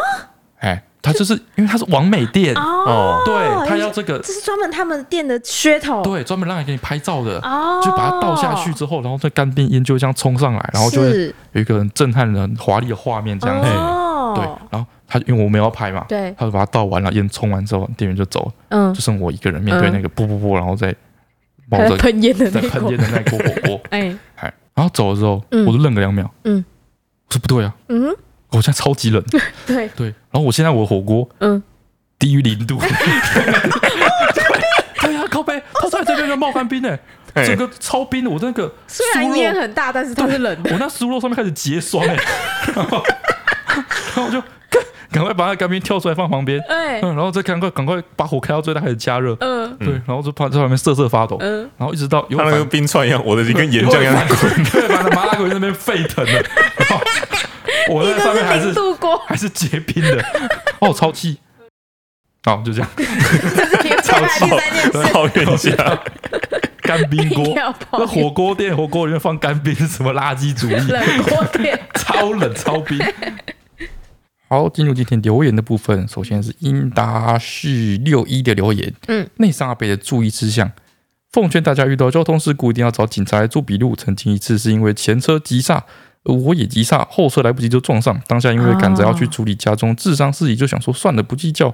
哎，他就是因为他是王美店，哦，哦，对他要这个，这是专门他们店的噱头，对，专门让人给你拍照的。哦，就把它倒下去之后，然后那干冰烟就会这样冲上来，然后就会是有一个很震撼人、很华丽的画面这样子。哦，对，然后他因为我没有要拍嘛，对，他就把它倒完了，烟冲完之后，店员就走了，嗯就，剩我一个人面对那个啵啵啵，然后再冒还在着 [LAUGHS] 喷烟的在那喷个烟，的那一锅火锅。哎，哎，然后走了之后，嗯我就愣了两秒，嗯，我说不对啊，嗯，我现在超级冷， [LAUGHS] 对，对，然后我现在我的火锅嗯，低于零 [LAUGHS] 度。对啊，靠背，他在这边就冒干冰呢，嘿整个超冰的，我那个虽然酥肉烟很大，但是它是冷的，我那酥肉上面开始结霜哎、然后然后我就干赶快把那干冰跳出来放旁边，哎，嗯，然后再赶快赶快把火开到最大开始加热，嗯对，然后就趴在旁边瑟瑟发抖，嗯然后一直到有它那个反 [LAUGHS] 冰串一样，我的已经跟岩浆一样在滚。滚，对，把那麻辣锅在那边沸腾了，然后我你在 [LAUGHS] 上哎都面还零是度锅，还是结冰的，哦，超气，好，就这样，这是连超下来第三件事，超冤家，干冰 [LAUGHS] [LAUGHS] 一定锅要，泡那火锅店火锅里面放干冰是什么垃圾主义？ [LAUGHS] 冷 [LAUGHS] 锅店，超冷超冰。 [LAUGHS] 好，进入今天留言的部分，首先是英达是六一的留言，嗯，内伤阿北的注意事项，奉劝大家遇到交通事故一定要找警察来做笔录。曾经一次是因为前车急刹，而我也急刹，后车来不及就撞上，当下因为赶着要去处理家中智商事宜，就想说算了不计较，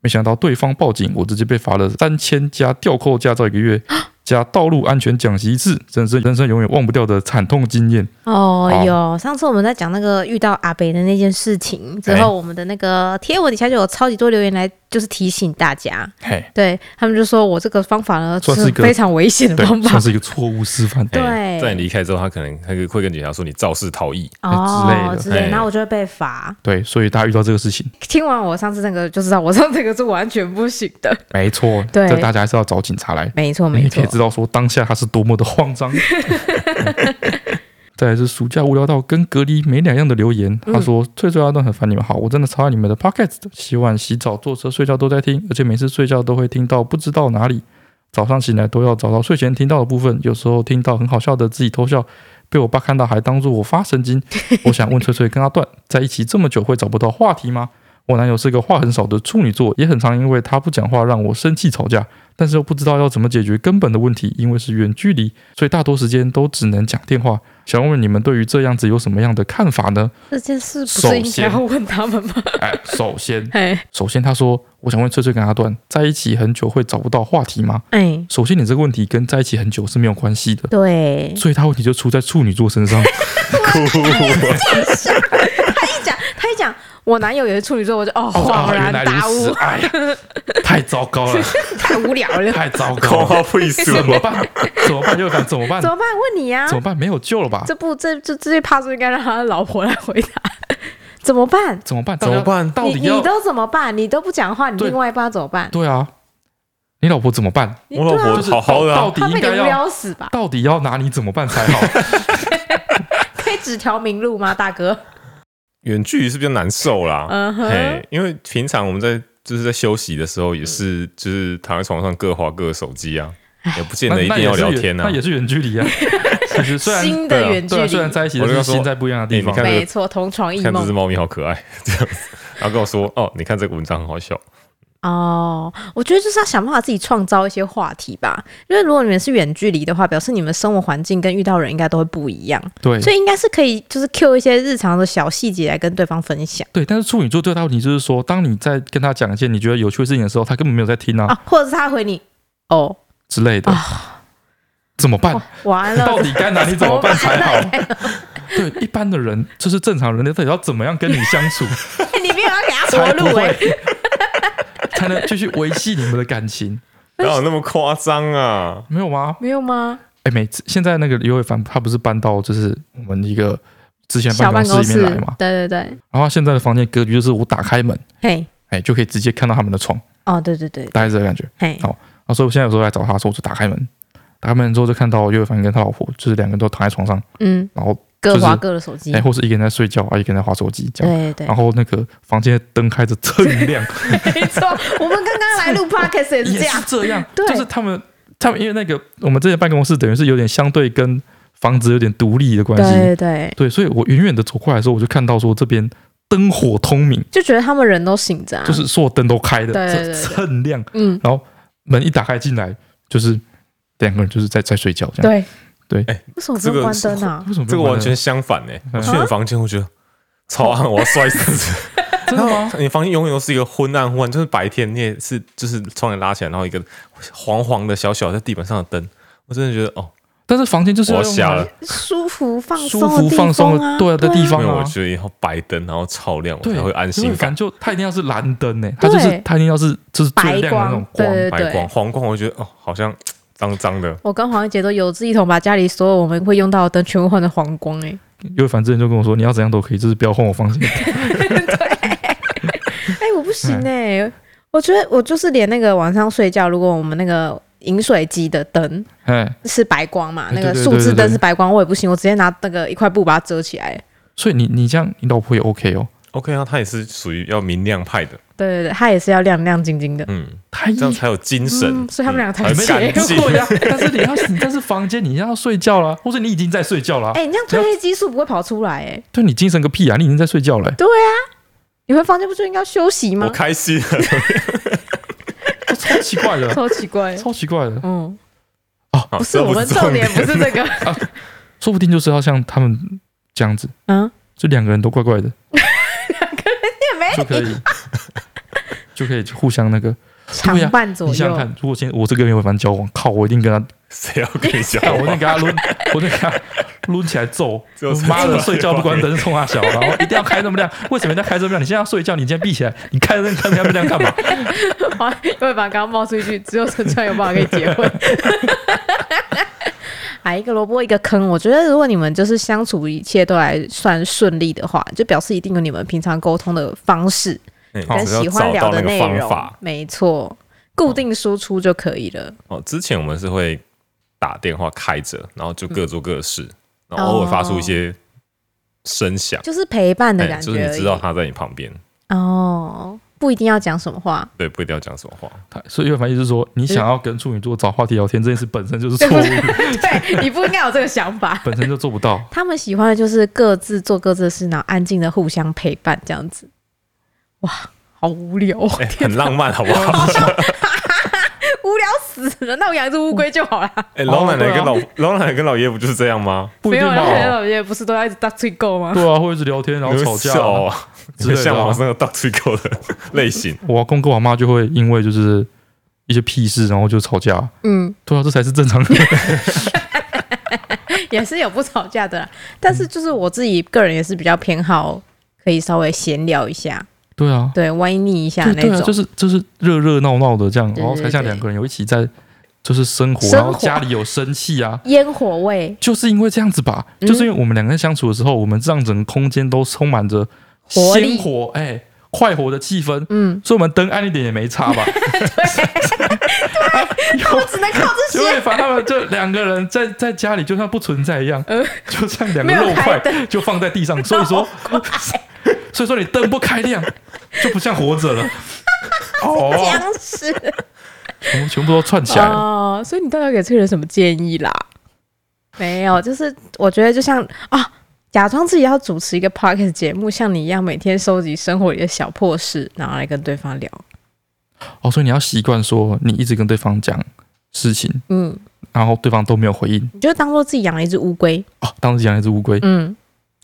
没想到对方报警，我直接被罚了三千加吊扣驾照一个月。加道路安全讲习一次，真是人生永远忘不掉的惨痛经验。哦好哟，上次我们在讲那个遇到阿北的那件事情之哎哦后，我们的那个贴文底下就有超级多留言来，就是提醒大家，嘿，对他们就说我这个方法呢算是一个非常危险的对方，法 [LAUGHS] 算，是一个错误示范。对哎在你离开之后，他可能他会跟警察说你肇事 [LAUGHS] 逃逸。哎之类的哦之类的，哎然后我就会被罚。对，所以大家遇到这个事情，听完我上次那个就知道，我上次那个是完全不行的。没错，对这大家还是要找警察来，没错，你没也错哎可以。知道说当下他是多么的慌张。 [LAUGHS] 再来是暑假无聊到跟隔离没两样的留言，嗯他说：“翠翠阿段很烦你们好，我真的超爱你们的 podcast，洗碗、洗澡、坐车、睡觉都在听，而且每次睡觉都会听到不知道哪里，早上醒来都要找到睡前听到的部分，有时候听到很好笑的自己偷笑，被我爸看到还当作我发神 [LAUGHS] 经。我想问翠翠跟阿段在一起这么久会找不到话题吗？我男友是个话很少的处女座，也很常因为他不讲话让我生气吵架。但是又不知道要怎么解决根本的问题，因为是远距离，所以大多时间都只能讲电话。想问问你们对于这样子有什么样的看法 [LAUGHS] 呢？这件事不首是应该先要问他们 [LAUGHS] 吗？哎，首先，哎首先他说，我想问翠翠跟阿段在一起很久会找不到话题吗？哎，首先，你这个问题跟在一起很久是没有关系的，对，所以他问题就出在处女座身 [LAUGHS] 上。一讲他一讲我男友也是处女座，我就哦哦恍原然来大如此，悟，哎呀，太糟糕 [LAUGHS] 了，太无聊 [LAUGHS] 了，太糟空糕了，花配数，怎么办？怎么办？又敢怎么办怎？么办？问你呀怎，么办？没有救了吧？这不这这这怕是应该让他的老婆来回答， [LAUGHS] 怎么办？怎么办？怎么大家办到你底你要都怎么办？你都不讲话，你对另外一半怎么办？对啊？你老婆怎么办？你我老对啊婆就是好好的到啊，底他应被你该无要聊死吧？到底要拿你怎么办 [LAUGHS] 才好？可以指条明路吗，大哥？远距离是比较难受啦。嗯哼嘿，因为平常我们在就是在休息的时候，也是嗯就是躺在床上各划各的手机啊，也不见那得一那定要也是聊远天啊那。也是远距 [LAUGHS] 离啊。其实虽然新的远距对啊，离，虽然在一起，我但就是说心在不一样的地方哎你。看这个没错，同床异看这只梦猫咪好可爱，这样子， [LAUGHS] 然后跟我说哦，你看这个文章很好笑，哦。我觉得就是要想办法自己创造一些话题吧，因为如果你们是远距离的话，表示你们生活环境跟遇到人应该都会不一样，对所以应该是可以就是 Q 一些日常的小细节来跟对方分享对，但是处女座最大的问题就是说，当你在跟他讲一些你觉得有啊趣的事情的时候，他根本没有在听啊啊啊，或者是他回你哦之类的。怎么办？完了，到底该拿你怎么办才好 [LAUGHS] 怎么办？对，一般的人就是正常人类，到底要怎么样跟你相处哎你没有 [LAUGHS] 要给他才活不路哎、会 [LAUGHS] 才能继续维系你们的感情？哪有那么夸张啊？没有吗？没有吗？哎，每次现在那个刘伟凡他不是搬到就是我们一个之前小办办公公室室里面来嘛，，对对对，然后他现在的房间格局就是我打开门，嘿，哎，就可以直接看到他们的床，哦，对对对，大概是这个感觉。嘿，好然后所以我现在有时候来找他的时候，我就打开门，打开门之后就看到岳凡跟他老婆就是两个人都躺在床上，嗯，然后各就是划各的手机，哎、或是一个人在睡觉啊，一个人在划手机这样。哦对对然，后那个房间的灯开着锃 [LAUGHS] 亮，没错，我们刚刚来录 podcast 也是也这样是，这样， [LAUGHS] 对就是他们他们因为那个我们这些办公室等于是有点相对跟房子有点独立的关系，对对，对，所以我远远的走过来的时候，我就看到说这边灯火通明，就觉得他们人都醒着、啊，就是所有灯都开的，对对这对对锃亮，嗯，然后门一打开进来就是两个人就是在在睡觉这样，对对哎，为什么不用关灯啊？为什么 [LAUGHS] 没这个有关完呢全相反哎、嗯我去你房间，我觉得超暗，我要摔 [LAUGHS] 死。真的吗？你房间永远都是一个昏暗昏暗，就是白天你也是就是窗帘拉起来，然后一个黄黄的小小在地板上的灯，我真的觉得哦，但是房间就是我要要用瞎了。舒服放舒松的服地放松方的啊，对啊的地方因为我啊，觉得以后白灯然后超亮，我对才会安因心为反感。正就它一定要是蓝灯欸诶，它就是对它一定要是就是最白亮的那种光对对白光黄光，我觉得哦，好像脏脏的。我跟黄奕杰都有志一同，把家里所有我们会用到的灯全部换成黄光、欸，因为反正就跟我说你要怎样都可以，就是不要换我房间。 [LAUGHS] 哎，哎，我不行哎、欸我觉得我就是连那个晚上睡觉，如果我们那个饮水机的灯哎，是白光嘛，对那个对对数字对对灯对是白光，我也不行，我直接拿那个一块布把它遮起来。所以你你这样，你老婆也 OK 哦， OK 啊，它也是属于要明亮派的，对对对，它也是要亮亮晶晶的。嗯，太这样才有精神嗯。所以他们两个才才结干净。对 [LAUGHS] 呀、但是你要你但是房间你要睡觉啦，或者你已经在睡觉啦，哎、你这样褪黑激素不会跑出来哎、对你精神个屁啊，你已经在睡觉了、对啊，你回房间不就应该休息我吗？开心了，这超奇怪 [LAUGHS] 的， [LAUGHS] 超奇怪。超奇怪的，嗯，好 [LAUGHS] 不是哦这我们重点不是这 [LAUGHS] 个，说不定就是要像他们这样子，嗯，就两个人都怪怪的就 [LAUGHS] 两个可人也没以 [LAUGHS] 就可以互相那个。常伴左你想右想。看，如果现在我这个跟魏凡交往，靠，我一定跟 [LAUGHS] 他， [LAUGHS] 谁要跟你讲啊干我一话定？给他抡，我一定给他抡起来揍只有！妈的，谁睡觉不关灯，冲他小，然后一定要开那么亮，为什么一定要开这么亮？你现在要睡觉，你今天闭起来，你开灯开那么亮干 [LAUGHS] 嘛？好，魏凡刚刚冒出一句，只有陈川有办法可以结婚。 [LAUGHS] 哎，一个萝卜一个坑。我觉得，如果你们就是相处一切都还算顺利的话，就表示一定有你们平常沟通的方式嗯跟只要喜欢找聊到的那个内方容法。。没错，固定输出就可以了。哦，之前我们是会打电话开着，然后就各做各的事，嗯然后偶尔发出一些声响，就是陪伴的哎哦感觉就而已、是你知道他在你旁边，哦，不一定要讲什么 [LAUGHS] 话，对，不一定要讲什么话。他所以魏凡意思是说，你想要跟处女座找话题聊天这件事本身就是错误， [LAUGHS] 对你不应该有这个想法。本身就做不到。他们喜欢的就是各自做各自的事，然后安静的互相陪伴，这样子。哇，好无聊哦，哎、很浪漫，好不好？ [LAUGHS] 无聊死了。那我养一只乌龟就好了。哎、老奶奶对啊跟老、老奶奶跟老爷不就是这样吗？不没一定有吧？老爷不是都要一直大吹够吗？对啊，会一直聊天，然后你会吵架是啊。哦，之类的啊你会向往那个到最高的类型。我阿公跟我妈就会因为就是一些屁事，然后就吵架。嗯，对啊，这才是正常人。 [LAUGHS] 也是有不吵架的啦。但是就是我自己个人也是比较偏好，可以稍微闲聊一下，对啊，对，歪腻一下对那对啊，种。就是就是热热闹闹的这样，对然后才像对两个人有一起在就是生活，生活然后家里有生气啊，烟火味，就是因为这样子吧，嗯就是因为我们两个人相处的时候，我们让整个空间都充满着活力鲜活哎、快活的气氛。嗯，所以我们灯暗一点也没差 [LAUGHS] 吧？ [LAUGHS] 我只能靠这就些。会把他们就两个人在在家里就像不存在一样，就像两个嗯没有肉开块就放在地上。所以 [LAUGHS] 说， [LAUGHS] 所以说你灯不开亮就不像活 [LAUGHS] 着了。哦，僵尸 [LAUGHS] 我们全部都串起来了。哦，所以你到底要给这个人什么建议啦？没有，就是我觉得就像啊，假装自己要主持一个 podcast 节目，像你一样每天收集生活里的小破事，然后来跟对方聊。哦，所以你要习惯说，你一直跟对方讲事情，嗯，然后对方都没有回应，你就当做自己养了一只乌龟，哦，当自己养一只乌龟，嗯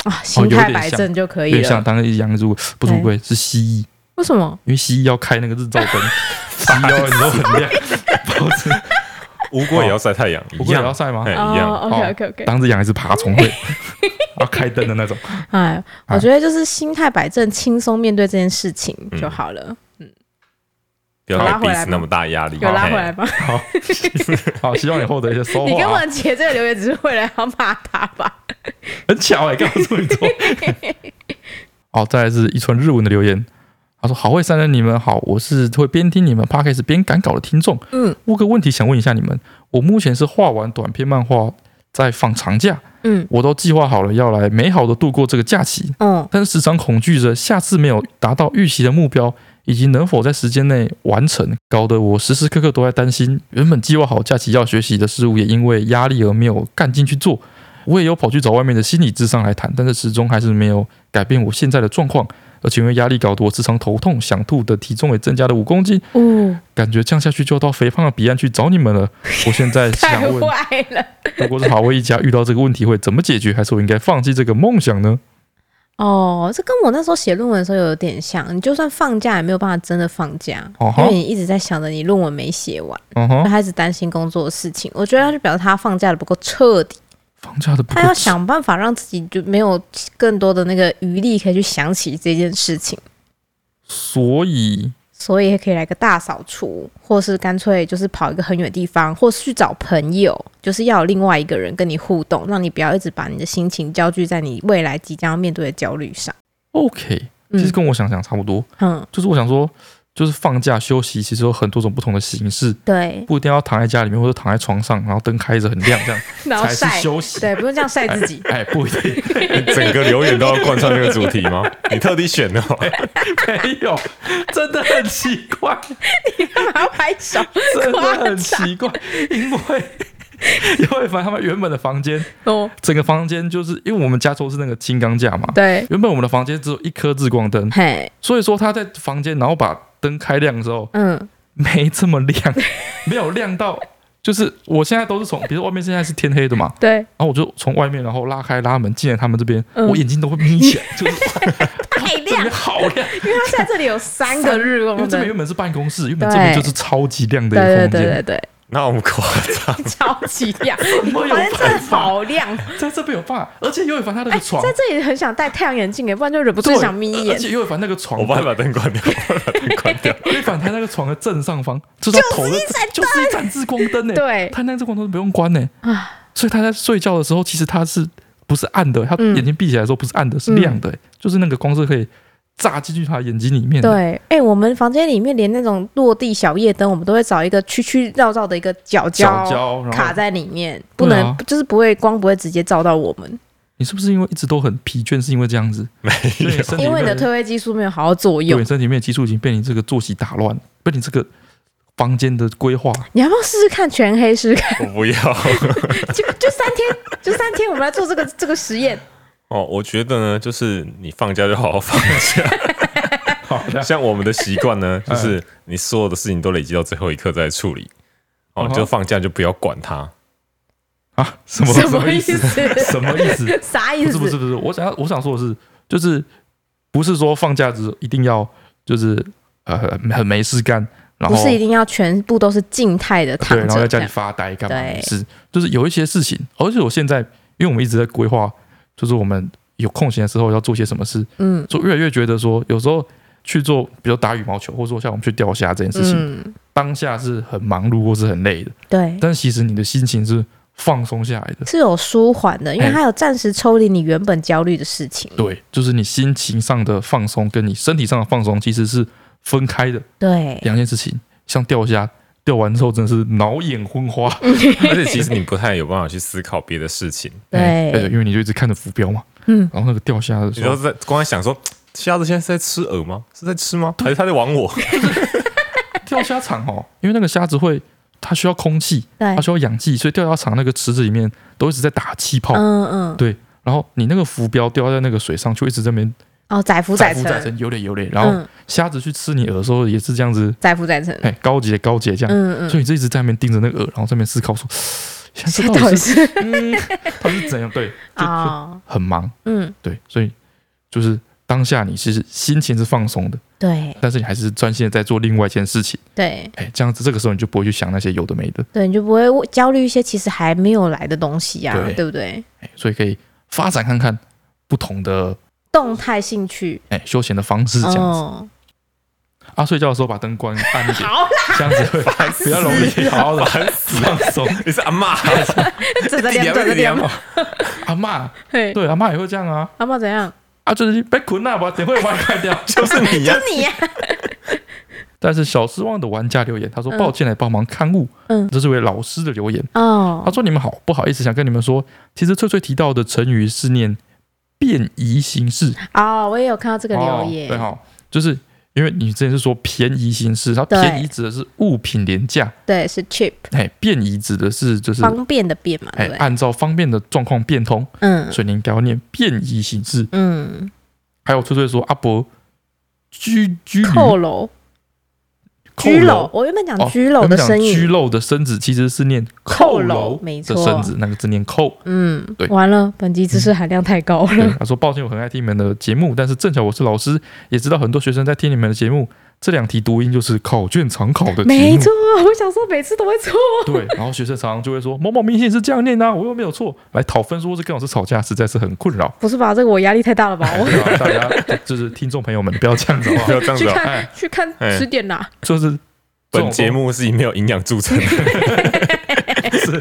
啊，心态摆正就哦可有以点了像。当自己养一只乌龟，不是乌龟，是蜥蜴，为什么？ [LAUGHS] 因为蜥蜴要开那个日照灯，蜥蜴要你都很亮，保持 [LAUGHS] 乌龟也要晒太阳，一乌龟也样要晒吗哎，一样。哦，OK OK OK，当只养一只爬虫 [LAUGHS] 会，要开灯的 [LAUGHS] 那种。哎，啊我觉得就是心态摆正，轻松面对这件事情嗯就好 [LAUGHS] 了。不要给彼此那么大压力。有拉嘿回来吗？好，好，希望你获得一些哦收获、啊。你跟文杰这个留言只是为了要骂他吧？ [LAUGHS] 很巧哎、欸，告诉你说。 [LAUGHS] 好，再来是一串日文的留言，他说：“好会三人，你们好，我是会边听你们 podcast 边赶稿的听众。嗯，我有个问题想问一下你们，我目前是画完短篇漫画，在放长假，嗯，我都计划好了要来美好的度过这个假期，嗯，但是时常恐惧着下次没有达到预期的目标，以及能否在时间内完成，搞得我时时刻刻都在担心。原本计划好假期要学习的事物，也因为压力而没有干劲去做。我也有跑去找外面的心理智商来谈，但是始终还是没有改变我现在的状况，而且因为压力搞得我时常头痛、想吐的体重也增加了五公斤，哦，感觉这样下去就要到肥胖的彼岸去找你们了。我现在太想问，坏了。如果是好味一家遇到这个问题会怎么解决，还是我应该放弃这个梦想呢？哦，这跟我那时候写论文的时候有点像。你就算放假，也没有办法真的放假，哦因吼为你一直在想着你论文没写完，嗯就哼，开始担心工作的事情。我觉得他就表示他放假的不够彻底，放假的不他够要想办法让自己就没有更多的那个余力可以去想起这件事情，所以所以也可以来个大扫除，或是干脆就是跑一个很远的地方，或是去找朋友，就是要有另外一个人跟你互动，让你不要一直把你的心情焦聚在你未来即将要面对的焦虑上。 OK，嗯其实跟我想想差不多，嗯，就是我想说，就是放假休息其实有很多种不同的形式，对，不一定要躺在家里面或者躺在床上，然后灯开着很亮这样 [LAUGHS] 然后才是晒。休息。。对，不用这样晒自己哎，不一定， [LAUGHS] 整个留言都要贯穿这个主题吗？你特地选的 [LAUGHS] 哦，没有，真的很奇 [LAUGHS] 怪， [LAUGHS] 还要拍手，真的夸很张奇怪，因为 [LAUGHS] 因为反正他们原本的房间， [LAUGHS] 哦。整个房间就是因为我们家都是那个轻钢架嘛，对，原本我们的房间只有一颗日光灯，嘿，所以说他在房间然后把灯开亮之后，嗯，没这么亮， [LAUGHS] 没有亮到，就是我现在都是从，比如外面现在是天黑的嘛，对，然后我就从外面然后拉开拉门进来他们这边，嗯我眼睛都会眯 [LAUGHS] 起来，就是哇太这亮边，好亮，因为它现在这里有三个日因为光这边灯原。本是办公室，原本这边就是超级亮的一对对个空对对间，对，那我们夸张。超级 [LAUGHS] 亮，么有反正真的办法好亮。在这边有办法，而且尤伟凡他那哎，个床在。这里很想戴太阳眼镜，哎，不然就忍不住对想眯而眼而。且尤伟凡那个床，我帮你把灯关掉，我帮你把灯关 [LAUGHS] 掉。尤伟凡他那个床的正上方，就是他头的，就是一盏日光灯呢。欸对他那个日光灯不用关呢啊，所以他在睡觉的时候，其实他是不是暗的？他嗯眼睛闭起来的时候不是暗的，是亮的、欸就是那个光是可以炸进去他眼睛里面的。对，哎，我们房间里面连那种落地小夜灯，我们都会找一个曲曲绕绕的一个角角胶胶，然卡后在里面，不对啊能就是不会光不会直接照到我们，你是不是因为一直都很疲倦，是因为这样子？没所以你有，身体因为你的面褪黑激素没有好好作对用你。身体里面的激素已经被你这个作息打乱，被你这个房间的规划。你要不要试试看全黑试试看？我不要。就就三哦天，就三天，我们来做这个这个实验。哦，我觉得呢，就是你放假就好好放假。好的，像我们的习惯呢，就是你所有的事情都累积到最后一刻再处理。哦嗯，哼就放假就不要管它。啊，什么什什么么意意思 [LAUGHS] 思？什么意思？啥意不思？是不是不是，我想要我想说的是，就是不是说放假之后一定要就是呃很没事干，然不后是一定要全部都是静态的躺对，着，然后在家这里样发呆干嘛？对没事，就是有一些事情，而且我现在因为我们一直在规划，就是我们有空闲的时候要做些什么事，嗯就越来越觉得说，有时候去做，比如打羽毛球，或者说像我们去钓虾这件事情，嗯，当下是很忙碌或是很累的，对，但其实你的心情是放松下来的。是有舒缓的，因为哎它有暂时抽离你原本焦虑的事情。对，就是你心情上的放松跟你身体上的放松其实是分开的对，两件事情。像钓虾，钓完之后真的是脑眼昏花，而且其实你不太有办法去思考别的事情，嗯 [LAUGHS] 对哎对，因为你就一直看着浮标嘛，嗯，然后那个钓虾的你时候都，在光在想说，虾子现在是在吃饵吗？是在吃吗？还是他在玩我？钓虾场哦，因为那个虾子会，它需要空气，对它需要氧气，所以钓虾场那个池子里面都一直在打气泡。嗯嗯，对，然后你那个浮标掉在那个水上，就一直在那边哦，载浮载浮沉，载沉，游嘞游嘞。然后嗯虾子去吃你饵的时候也是这样子，载浮载沉，哎，高级高级这样。嗯嗯，所以你就一直在那边盯着那个饵，然后在那边思考说， [SIGHS] 现在这这 [LAUGHS] 到到底底是是嗯， [LAUGHS] 到底是怎样？ [LAUGHS] 对，就就啊，很忙。嗯，对，所以就是当下你其实心情是放松的，对但是你还是专心的在做另外一件事情。对哎，这样子这个时候你就不会去想那些有的没的，对，你就不会焦虑一些其实还没有来的东西呀、啊对，对不对？哎，所以可以发展看看不同的动态兴趣哎休闲的方式是这样子。哦、啊，睡觉的时候把灯关暗一点，好啦，这样子会 [LAUGHS] 比较容易好好的放松。你是阿啊妈，整着点，整着点，阿妈，嘿，对阿妈也会这样啊，阿妈怎样？啊就是别困了，把等会玩开掉。就是你啊就呀、你呀、但是小失望的玩家留言，他说嗯抱歉来帮忙刊物，嗯这是位老师的留言，他哦，说你们好，不好意思想跟你们说，其实翠翠提到的成语是念便宜行事，哦，我也有看到这个留哦言，对哈、就是。因为你之前是说便宜行事，它对便宜指的是物品廉价，对，是 cheap 哎，便宜指的是就是方便的便嘛，哎对不对？按照方便的状况变通，嗯所以你应该要念便宜行事。嗯，还有翠翠说阿伯居居驴扣楼扣居楼楼，我原本讲哦居楼的我们声讲居音，漏的生子其实是念扣楼楼没的错生子，那个字念扣。嗯对，完了，本集知识含量太高对了，，他说抱歉，我很爱听你们的节目，但是正巧我是老师，也知道很多学生在听你们的节目。这两题读音就是考卷常考的题目，没错，我想说每次都会错，对，然后学生常常就会说某某明显是这样念啊，我又没有错，来讨分数或是跟老师吵架，实在是很困扰。不是吧？这个我压力太大了 [LAUGHS] 吧？我对啊大家就就是听众朋友们不要这样子不哦，要这样去子、哦。哎看去看哎词典啦，就是这种本节目是以没有营养著称的，是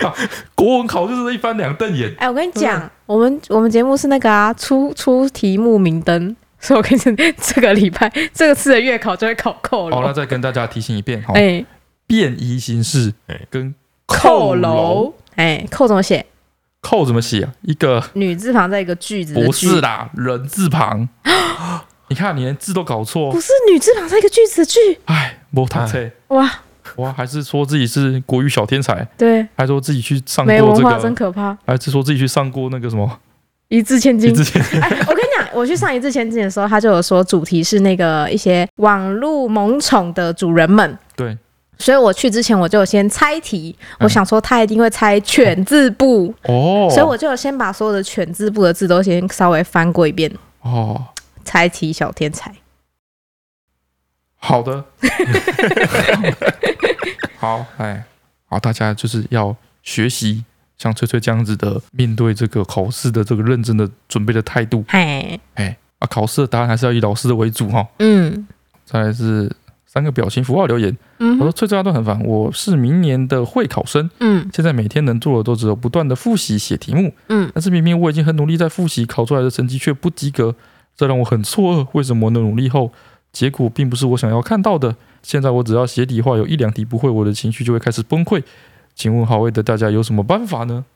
靠国文考就是一翻两瞪 [LAUGHS] 眼，哎，我跟你讲，我们我们节目是那个啊，出出题目明灯。 [LAUGHS] 所以我跟你讲，这个礼拜这个次的月考就会考扣好，那了。再跟大家提醒一遍，好，哎，便宜行事哎跟扣楼楼，哎，扣怎么写？扣怎么写啊？一个女字旁在一个句子的句，不是啦，人字 [GASPS] 旁。你看，你连字都搞错不，是女字旁在一个句子的句。哎，没他菜，哇，哇，还是说自己是国语小天才，对，还说自己去上过没文这化真个，可怕，还是说自己去上过那个什么？一字千你金。之前哎，我跟你讲，我去上一字千金的时候，他就有说主题是那个一些网络萌宠的主人们。对，所以我去之前我就有先猜题，我想说他一定会猜犬字部，嗯哦，所以我就有先把所有的犬字部的字都先稍微翻过一遍，哦，猜题小天才。好 [LAUGHS] 的，好，哎，好，大家就是要学习像翠翠这样子的面对这个考试的这个认真的准备的态度，嘿，哎，啊，考试的答案还是要以老师的为主哈、嗯再来是三个表情符号留言，嗯我说哼翠翠阿都很烦，我是明年的会考生，嗯现在每天能做的都只有不断的复习写题目，嗯，但是明明我已经很努力在复习，考出来的成绩却不及格，这让我很错愕。为什么呢？努力后结果并不是我想要看到的？现在我只要写题话有一两题不会，我的情绪就会开始崩溃。请问好味的大家有什么办法呢？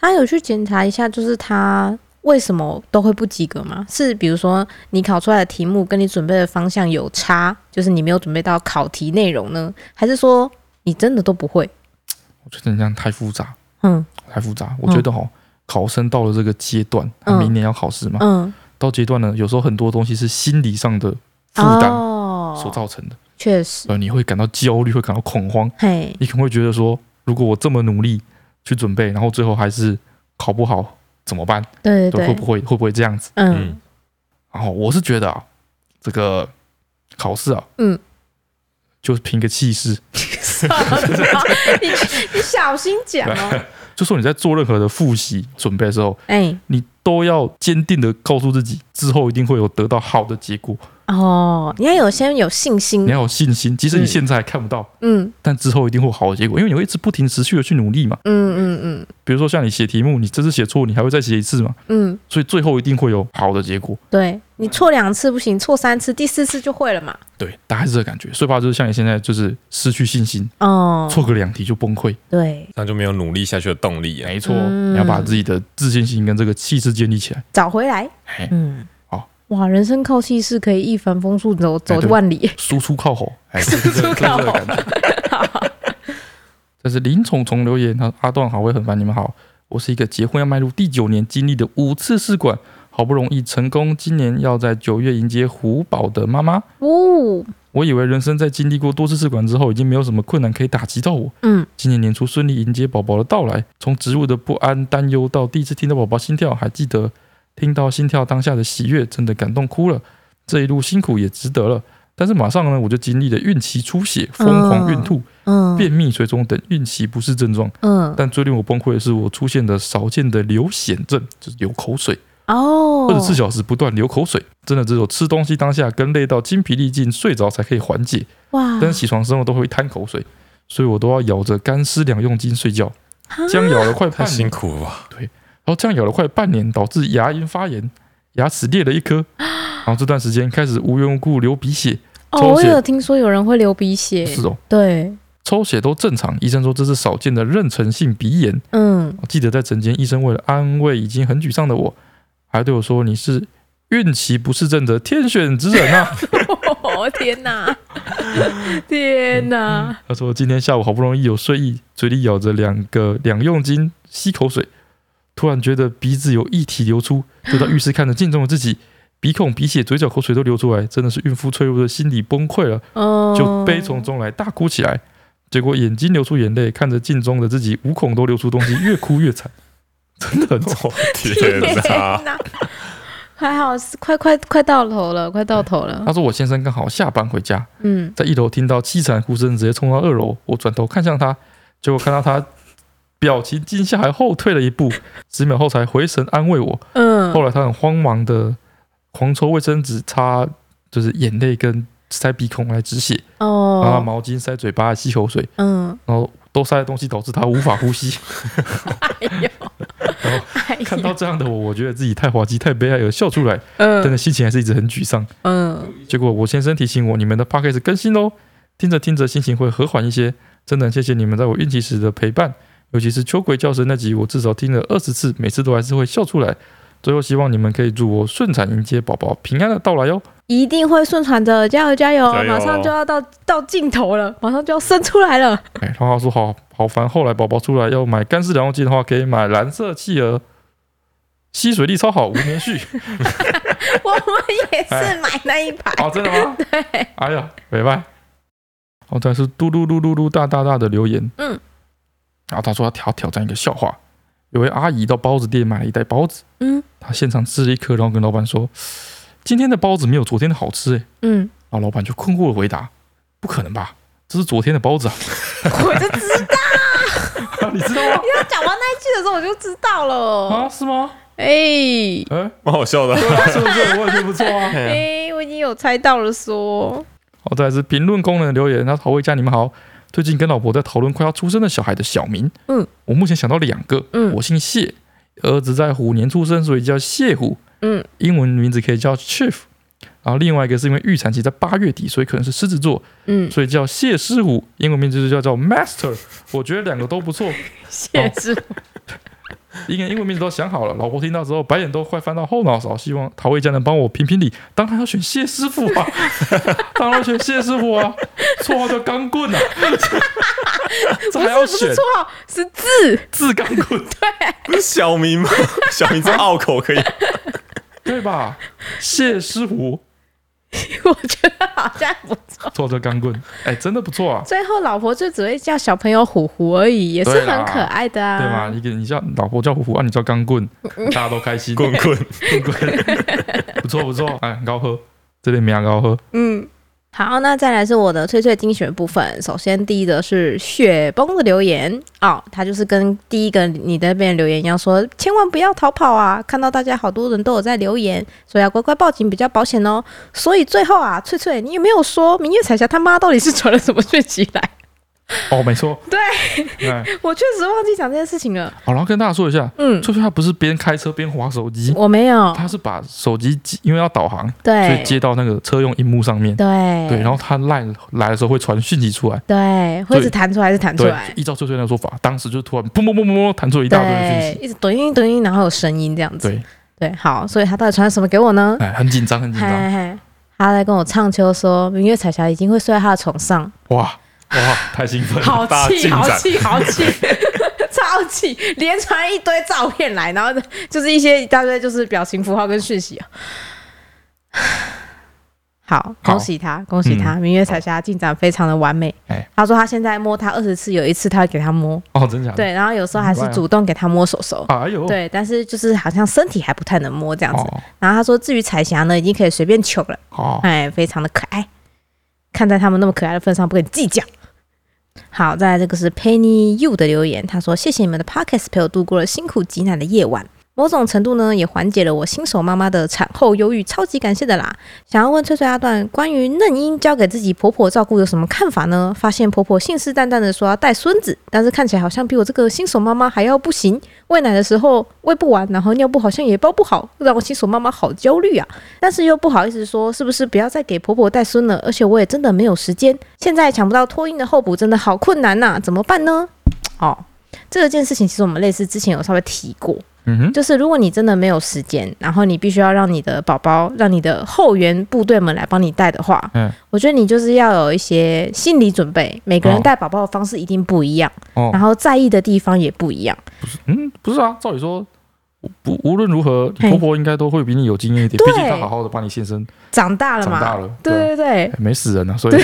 他有去检查一下，就是他为什么都会不及格吗？是比如说你考出来的题目跟你准备的方向有差，就是你没有准备到考题内容呢，还是说你真的都不会？我觉得你这样太复杂，嗯太复杂。我觉得哦，考生到了这个阶段，嗯明年要考试嘛，嗯，到阶段呢，有时候很多东西是心理上的负担所哦，造成的，确实，呃，你会感到焦虑，会感到恐慌，嘿，你可能会觉得说，如果我这么努力去准备，然后最后还是考不好怎么办？对对，对会不对，会会不会这样子？嗯嗯，然后我是觉得啊，这个考试啊，嗯，就是凭个气势，[LAUGHS] [LAUGHS] 你你小心讲哦，就说你在做任何的复习准备的时候，哎，你都要坚定的告诉自己，之后一定会有得到好的结果，哦，你要有先有信你心，要有信心，即使你嗯现在还看不到，嗯但之后一定会有好的结果，因为你会一直不停持续的去努力嘛。嗯嗯比如说像你写题目，你这次写错，你还会再写一次嘛，嗯嗯，所以最后一定会有好的结果。对你错两次不行，错三次，第四次就会了嘛，对，大概是这个感觉。最怕就是像你现在就是失去信心，哦，错个两题就崩溃。对，那就没有努力下去的动力啊。没错，嗯你要把自己的自信心跟这个气势建立起来。找回来。哎，嗯，好，哇，人生靠气势可以一帆风顺，走走哎对 [LAUGHS] 万里。输出靠吼，哎，输出靠吼这是林虫虫留言，他说阿段好，我也很烦你们好。我是一个结婚要迈入第九年，经历了五次试管，好不容易成功，今年要在九月迎接虎宝的妈妈。哦，我以为人生在经历过多次试管之后，已经没有什么困难可以打击到我。嗯，今年年初顺利迎接宝宝的到来，从植物的不安、担忧到第一次听到宝宝心跳，还记得听到心跳当下的喜悦，真的感动哭了。这一路辛苦也值得了。但是马上呢，我就经历了孕期出血、疯狂孕吐、嗯便秘、水肿等孕期不适症状。嗯但最令我崩溃的是，我出现了少见的流涎症，就是流口水，哦，二十四小时不断流口水，真的只有吃东西当下跟累到筋疲力尽、睡着才可以缓解，哇，但是起床之后都会贪口水，所以我都要咬着干湿两用筋睡觉，啊这样咬了快太半年辛，苦了吧？然后这样咬了快半年，导致牙龈发炎，牙齿裂了一颗，然后这段时间开始无缘无故流鼻血，哦，抽我血有听说有人会流鼻血，是哦，对，抽血都正常，医生说这是少见的妊娠性鼻炎。嗯，记得在诊间，医生为了安慰已经很沮丧的我，还对我说：“你是孕期不适症的天选之人啊 [LAUGHS] 哦 [LAUGHS] 天哪，天哪！”他说：“今天下午好不容易有睡意，嘴里咬着两个两用巾吸口水，突然觉得鼻子有液体流出，就到浴室看着镜中的自己，鼻孔、鼻血、嘴角口水都流出来，真的是孕妇脆弱的心理崩溃了，哦，嗯就悲从中来，大哭起来。”结果眼睛流出眼泪，看着镜中的自己，五孔都流出东西，越哭越惨， [LAUGHS] 真的很 [LAUGHS] 惨。我 [LAUGHS] 天 [LAUGHS] 哪！哪！还好，快快快到头了，快到头了他。说：“我先生刚好下班回家，嗯，在一楼听到凄惨的哭声，直接冲到二楼。我转头看向他，结果看到他表情惊吓，还后退了一步。十秒后才回神安慰我。嗯，后来他很慌忙的狂抽卫生纸擦，就是眼泪跟塞鼻孔来止血，然后拿哦，毛巾塞嘴巴吸口水，嗯，然后都塞的东西导致他无法呼 [LAUGHS] 吸。哎呦，哎看呦，到这样的我，我觉得自己太滑稽、太悲哀而笑出来，但嗯是心情还是一直很沮丧。嗯，结果我先生提醒我，你们的 p o d c a s 更新喽，听着听着心情会和缓一些。真的很谢谢你们在我孕期时的陪伴，尤其是秋鬼叫声那集，我至少听了二十次，每次都还是会笑出来。最后希望你们可以祝我顺产迎接宝宝平安的到来哟。哦一定会顺传的，加油加油！加油马上就要到到尽头了，马上就要生出来 [LAUGHS] 了。哎，然后他说好好烦，后来宝宝出来要买干式疗用剂的话，可以买蓝色企鹅，吸水力超好，无棉絮。我们也是买那一排，哦，真的 [LAUGHS] 吗？对。哎呀，没办。哦，但是嘟噜噜噜噜大大大的留言。嗯。然后他说他挑挑战一个笑话，有位阿姨到包子店买了一袋包子，嗯她现场吃了一颗，然后跟老板说：“今天的包子没有昨天的好吃。”哎，嗯，然后老板就困惑的回答：“不可能吧，这是昨天的包子啊我就知道，！” [LAUGHS] 你知道吗？他讲完那一句的时候我就知道了。啊，是 [LAUGHS] 吗？哎、哎，蛮好笑的。对啊，是不是？我也觉得不错啊。哎、我已经有猜到了说，好，再来是评论功能的留言。他说：“陶慧佳，你们好，最近跟老婆在讨论快要出生的小孩的小名。嗯，我目前想到两个，嗯我姓谢，儿子在虎年出生，所以叫谢虎。嗯，英文名字可以叫 Chief。然后另外一个是因为预产期在八月底，所以可能是狮子座，嗯，所以叫谢狮虎。英文名字就叫叫 Master。我觉得两个都不错，谢师傅，应该英文名字都想好了。老婆听到之后，白眼都快翻到后脑勺。希望陶慧佳能帮我评评理。当然要选谢师傅啊， [LAUGHS] 当然要选谢师傅啊，绰号叫钢棍 [LAUGHS] 啊，这不还是要不选是绰号，是字，字钢棍，不是小明 [LAUGHS] 吗？小明在拗口可以，对吧？谢师傅， [LAUGHS] 我觉得好像不错。绰号叫钢棍，哎、真的不错啊，最后老婆就只会叫小朋友虎虎而已，也是对啦很可爱的啊。对吧？你给你叫老婆叫虎虎，啊，你叫钢棍，大家都开 [LAUGHS] 心，棍棍。棍棍，不错不错，哎，很高喝，这边名啊高喝，嗯，好，那再来是我的翠翠精选部分。首先第一个是雪崩的留言哦，他就是跟第一个你的那边留言一样说，千万不要逃跑啊！看到大家好多人都有在留言，所以要乖乖报警比较保险哦。所以最后啊，翠翠，你有没有说明月彩霞他妈到底是传了什么讯息来？ [LAUGHS] 哦，没错，对哎，我确实忘记讲这件事情了。好，然后跟大家说一下，嗯，翠翠她不是边开车边划手机，我没有，他是把手机接因为要导航，所对以接到那个车用荧幕上面。对对，然后他赖来的时候会传讯息出来。对，会一直对弹出来，是弹出哎对来，，依照翠翠的说法，当时就突然砰砰砰砰砰弹出了一大堆的讯对，息。一直抖音抖音，然后有声音这样子。对，对，好，所以他到底传了什么给我呢？哎，很紧张，很紧嗨张。嗨嗨，他在跟我唱秋说，明月彩霞已经会睡在他的 [LAUGHS] 床上，哇哇，太兴奋了！好大气，进好展气，好气，超气，连传一堆照片来，然后就是一些一大堆就是表情符号跟讯息啊。 [SIGHS] 好，好嗯恭喜他，恭喜他！明月彩霞进展非常的完美。哎他说他现在摸他二十次，有一次他会给他摸，哦，真假的？对，然后有时候还是明白啊主动给他摸手手，哎呦，对，但是就是好像身体还不太能摸这样子。哦，然后他说，至于彩霞呢，已经可以随便求了，好，哎，非常的可爱。看在他们那么可爱的份上，不跟你计较。好，再来这个是 Penny You 的留言，他说：“谢谢你们的 Podcast 陪我度过了辛苦挤奶的夜晚，某种程度呢也缓解了我新手妈妈的产后忧郁，超级感谢的啦！想要问翠翠阿段关于嫩婴交给自己婆婆照顾有什么看法呢？发现婆婆信誓旦旦的说要带孙子，但是看起来好像比我这个新手妈妈还要不行。喂奶的时候喂不完，然后尿布好像也包不好，让我新手妈妈好焦虑啊！但是又不好意思说是不是不要再给婆婆带孙了，而且我也真的没有时间，现在抢不到托婴的候补，真的好困难呐、怎么办呢？哦，这件事情其实我们类似之前有稍微提过，嗯哼，就是如果你真的没有时间，然后你必须要让你的宝宝、让你的后援部队们来帮你带的话，嗯，我觉得你就是要有一些心理准备。每个人哦带宝宝的方式一定不一样，然哦，后在意的地方也不一样。嗯，不是啊，照理说。不，无论如何，你嘿婆婆应该都会比你有经验一点，对毕竟她好好的把你现身，长大了长嘛，大了 [LAUGHS] 对对对，哎没死人啊，所以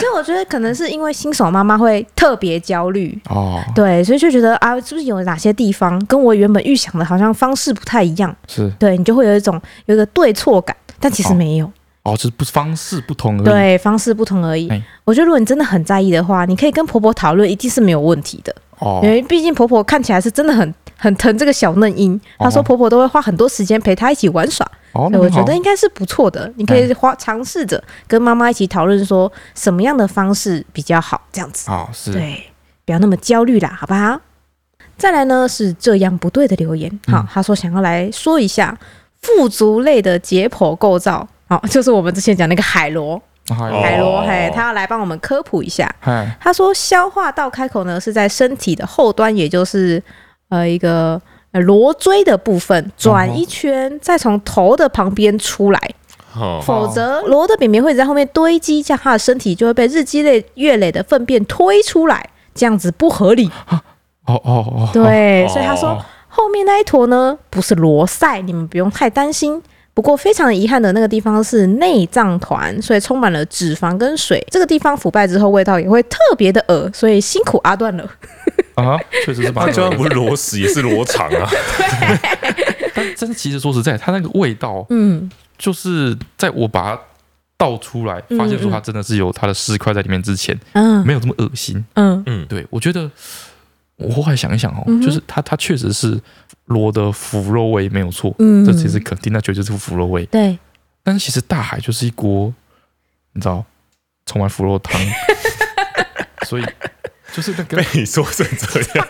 所以我觉得可能是因为新手妈妈会特别焦虑，哦，对，所以就觉得啊，是不是有哪些地方跟我原本预想的好像方式不太一样？是对你就会有一种有一个对错感，但其实哦没有，哦，就是不方式不同而已。对，方式不同而已嗯哎。我觉得如果你真的很在意的话，你可以跟婆婆讨论，一定是没有问题的，哦因，为毕竟婆婆看起来是真的很很疼这个小嫩婴，她说哦婆婆都会花很多时间陪她一起玩耍，哦，所那以我很好觉得应该是不错的。你可以花尝试着跟妈妈一起讨论说什么样的方式比较好，这样子。好啊是对，不要那么焦虑啦，好不好？再来呢是这样不对的留言，好、嗯他说想要来说一下腹足类的解剖构造，好、 [LAUGHS] 就是我们之前讲那个海螺，哎呦哦海螺，嘿，他要来帮我们科普一下。哎，他说消化道开口呢是在身体的后端，也就是呃一个呃螺锥的部嗯分转一圈，再从头的旁边出来。哦，否则螺的便便会在后面堆积，这样它的身体就会被日积累月累的粪便推出来，这样子不合理。哦哦哦，对，哦所以他说哦后面那一坨呢不是螺塞，你们不用太担心。不过非常遗憾的那个地方是内脏团，所以充满了脂肪跟水。这个地方腐败之后，味道也会特别的恶，所以辛苦阿段了。啊，确实是把那就算不是螺屎，也是螺肠 [LAUGHS] 啊。但真的其实说实在，它那个味道，嗯，就是在我把它倒出来，嗯发现说它真的是有它的尸块在里面之前，嗯没有这么恶心。嗯嗯，对我觉得，我后来想一想哦，嗯哼就是它它确实是螺的腐肉味没有错，嗯这其实肯定，那绝对是腐肉味。对，但是其实大海就是一锅，你知道，充满腐肉 [LAUGHS] 汤，所以就是那个被你说成这样，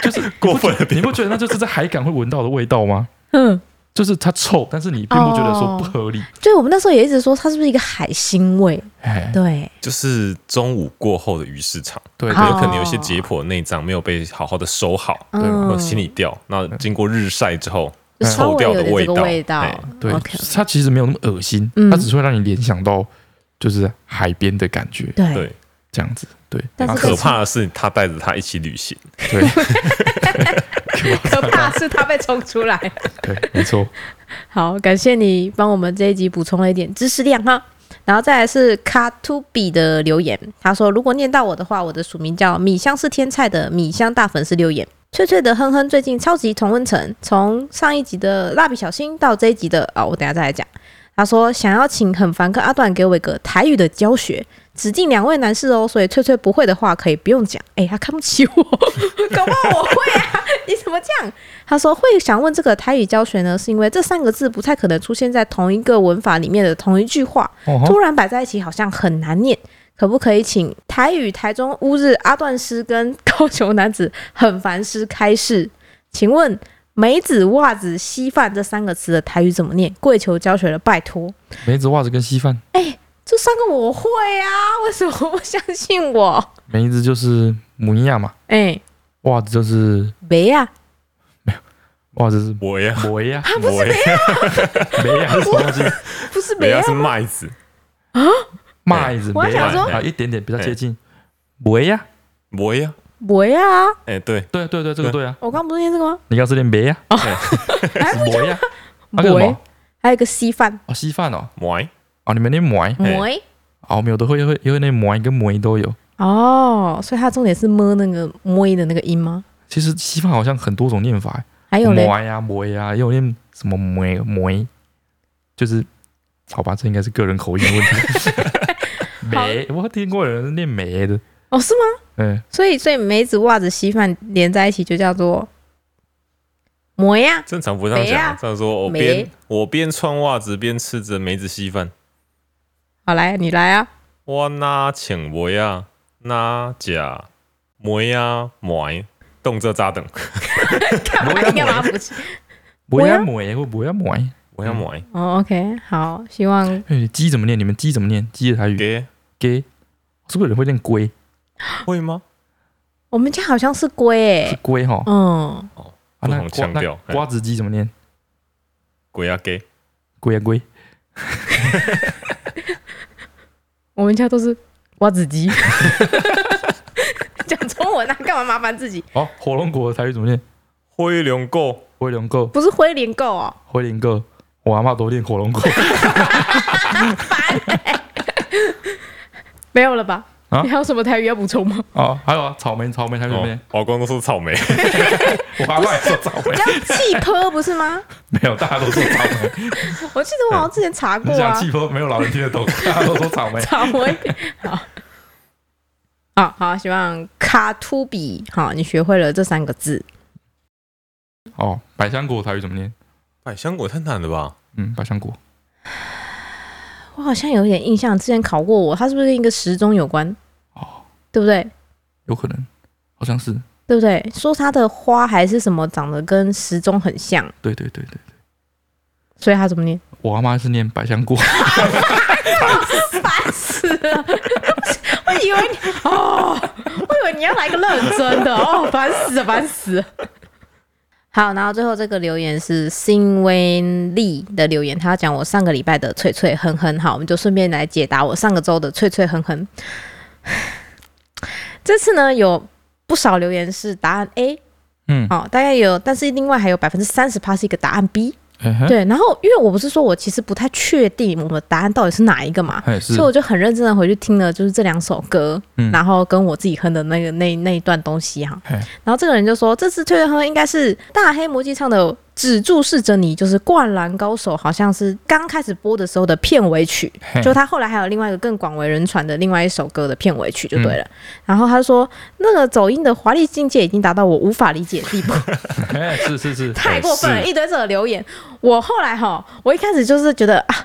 就是 [LAUGHS] 过分了你不觉得那就是在海港会闻到的味道吗？嗯，哦就是它臭，但是你并不觉得说不合理。对我们那时候也一直说它是不是一个海腥味？哎、对，就是中午过后的鱼市场，对好对有可能有一些解剖内脏没有被好好的收好，对嗯或清理掉，那经过日晒之后就稍臭微掉有的点这个味道哎，对 o k 它其实没有那么恶心，嗯它只是会让你联想到就是海边的感觉对对，这样子。对但是可怕的是他带着他一起旅行，对 [LAUGHS] 可怕是它被冲出来。对，没错。 [LAUGHS] 好，感谢你帮我们这一集补充了一点知识量哈。然后再来是卡图比的留言，他说如果念到我的话，我的署名叫米香是天菜的米香大粉丝留言。翠翠的哼哼最近超级同温层，从上一集的蜡笔小新到这一集的啊、我等一下再来讲。他说想要请很烦跟阿段给我一个台语的教学，指定两位男士哦，所以翠翠不会的话可以不用讲。哎，他看不起我， [LAUGHS] 搞不好我会啊，你怎么这样？他说会想问这个台语教学呢，是因为这三个字不太可能出现在同一个文法里面的同一句话，哦吼突然摆在一起好像很难念。可不可以请台语台中乌日阿段师跟高雄男子很烦师开示？请问梅子、袜子、稀饭这三个词的台语怎么念？跪求教学了，拜托！梅子、袜子跟稀饭，这三个我会啊，为什么不相信 [LAUGHS] 我？梅子就是母尼亚嘛，哎、袜子就是没啊，袜子是我呀，梅 [LAUGHS] 呀，啊他不是梅呀啊是什么东西？不是没没有啊是，麦子，麦子 [LAUGHS] 我还梅想呀说啊，一点点比较接近梅呀。我呀，没啊！哎，对，对对对，这个对啊，哦我刚不是念这个吗？ [LAUGHS] 你刚是念梅呀，哎啊梅呀，那个什梅么？还有一个稀饭哦，稀饭哦，喂，啊，你们那馍，嘿馍啊，我们有的会会因为那馍跟馍都有。哦，所以它的重点是摸那个摸的那个音吗？其实稀饭好像很多种念法，欸还哎有嘞，馍呀馍呀，也有念什么馍馍，就是好吧，这应该是个人口音问 [LAUGHS] 题。 [LAUGHS] 梅，我听过有人念梅的，哦，是吗？嗯，所以所以梅子、袜子、稀饭连在一起就叫做馍呀。正常不这样没啊讲，这样说我没边我边穿袜子边吃着梅子稀饭，好来，你来啊，我那请我呀，那假梅呀梅，啊动这咋等？干嘛 [LAUGHS] 你干嘛不吃？馍呀馍馍或馍呀馍。我要梅哦，OK，好，希望哎，鸡怎么念？你们鸡怎么念？鸡的台语给给，是不是有人会念龟？会吗？我们家好像是龟诶、是龟哈。嗯，啊，不那同瓜腔那调哎瓜子鸡怎么念？鬼啊呀给龟呀龟。我们家都是瓜子 [LAUGHS] 鸡。讲中文啊，干嘛麻烦自己？哦，火龙果的台语怎么念？灰龙狗，火龙果，不是灰莲狗哦，火龙果。我阿妈都念火龙果 [LAUGHS] [LAUGHS] 没有了吧？啊你还有什么台语要补充吗？哦，还有啊，草莓，草莓台语怎么哦念？我阿公都说草莓，我阿妈也说草莓，叫气科不是吗？ [LAUGHS] 没有，大家都说草莓。我记嗯得我好像之前查 [LAUGHS] 过你讲啊，气泡没有老人听得懂， [LAUGHS] 大家都说草莓。草莓。好， [LAUGHS] 好好，希望卡图比好，你学会了这三个字。哦，百香果台语怎么念？百香果太难了吧？嗯，百香果我好像有点印象，之前考过我，它是不是跟一个时钟有关？哦，对不对？有可能，好像是，对不对？说它的花还是什么长得跟时钟很像，对对对对，所以它怎么念？我阿妈是念百香果，烦死了！我以为你哦， [LAUGHS] 我以为你要来个认真的 [LAUGHS] 哦，烦死了，烦死了。 [LAUGHS] 好，然后最后这个留言是辛威利的留言，他要讲我上个礼拜的脆脆哼哼，好，我们就顺便来解答我上个周的脆脆哼哼。 [SIGHS] 这次呢，有不少留言是答案 A， [LAUGHS] [LAUGHS] 嗯，哦，大概有，但是另外还有百分之三十趴是一个答案 B，嗯哼，对。然后因为我不是说我其实不太确定我们的答案到底是哪一个嘛，哎是所以，我就很认真的回去听了，就是这两首歌，嗯然后跟我自己哼的那个那那一段东西哈。嘿然后这个人就说，这次退退哼应该是大黑魔记唱的《只注视着你》，就是《灌篮高手》，好像是刚开始播的时候的片尾曲。嘿就他后来还有另外一个更广为人传的另外一首歌的片尾曲就对了。然后他说，那个走音的华丽境界已经达到我无法理解的地步。嘿是是是， [LAUGHS] 太过分了，是一堆这个留言。我后来哈，我一开始就是觉得啊。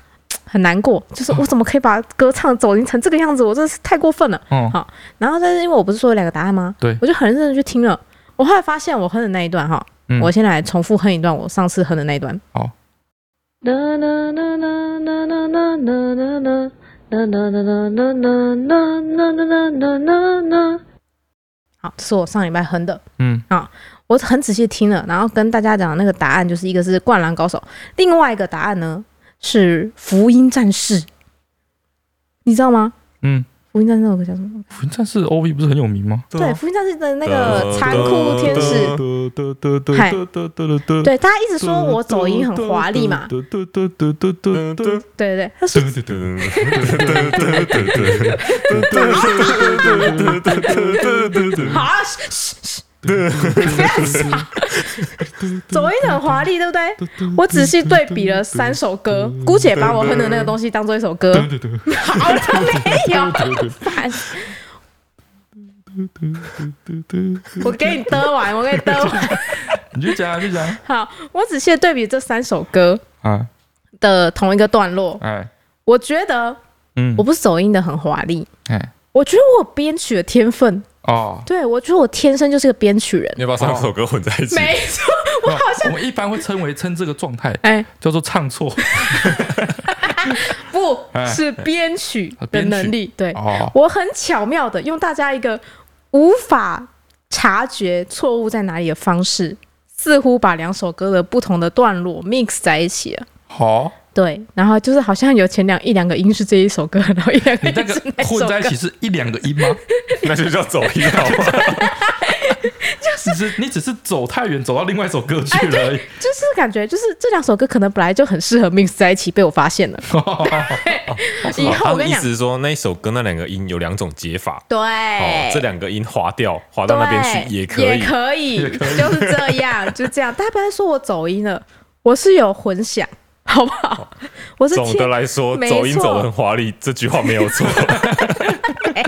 很难过，就是我怎么可以把歌唱走音成这个样子？我真的是太过分了。哦，好然后，但是因为我不是说有两个答案吗？对我就很认真的去听了。我后来发现我哼的那一段哈，嗯我先来重复哼一段我上次哼的那一段。好。好，这是我上礼拜哼的。嗯，我很仔细听了，然后跟大家讲那个答案，就是一个是《灌篮高手》，另外一个答案呢是《福音战士》，你知道吗？嗯，福音战士那首歌叫什么？福音战士 O V 不是很有名吗？啊对，福音战士》的那个残酷天使，嗨使，对，大家一直说我走音很华丽嘛，对对对对对对对对对对，他说噔噔噔噔噔好啊，嘘嘘嘘，不要吵，走音很华丽，对不对？我仔细对比了三首歌，姑且把我哼的那个东西当做一首歌，好了，没有，烦。我给你嘚完，我给你嘚完。你就讲啊你就讲啊好，我仔细地对比这三首歌啊，的同一个段落，哎，我觉得嗯我，不是走音的很华丽，哎，我觉得我有编曲的天分，哦，对我觉得我天生就是个编曲人你。要把三首歌混在一起，没错，我好像我们一般会称为称这个状态哎叫做唱错不哎是编曲的能力，对哦，我很巧妙的用大家一个无法察觉错误在哪里的方式，似乎把两首歌的不同的段落 mix 在一起了。好，对，然后就是好像有前两一两个音是这一首歌，然后一两个你那音个 [LAUGHS] 是那首混在一歌起，是一两个音吗？那就叫走音好吗？就是 [LAUGHS] 只是你只是走太远，走到另外一首歌去哎了而已。就是感觉就是这两首歌可能本来就很适合 mix 在一起，被我发现了。以后他我跟的你意讲思，是说，那一首歌那两个音有两种解法，对，哦，这两个音划掉，划到那边去哎对也可以也。可以，就是这样，就这样。大家不要再说我走音了，我是有混响，好不好？我是总切的来说，没走音错走的很华丽，这句话没有 [LAUGHS] 错。没有。 [LAUGHS]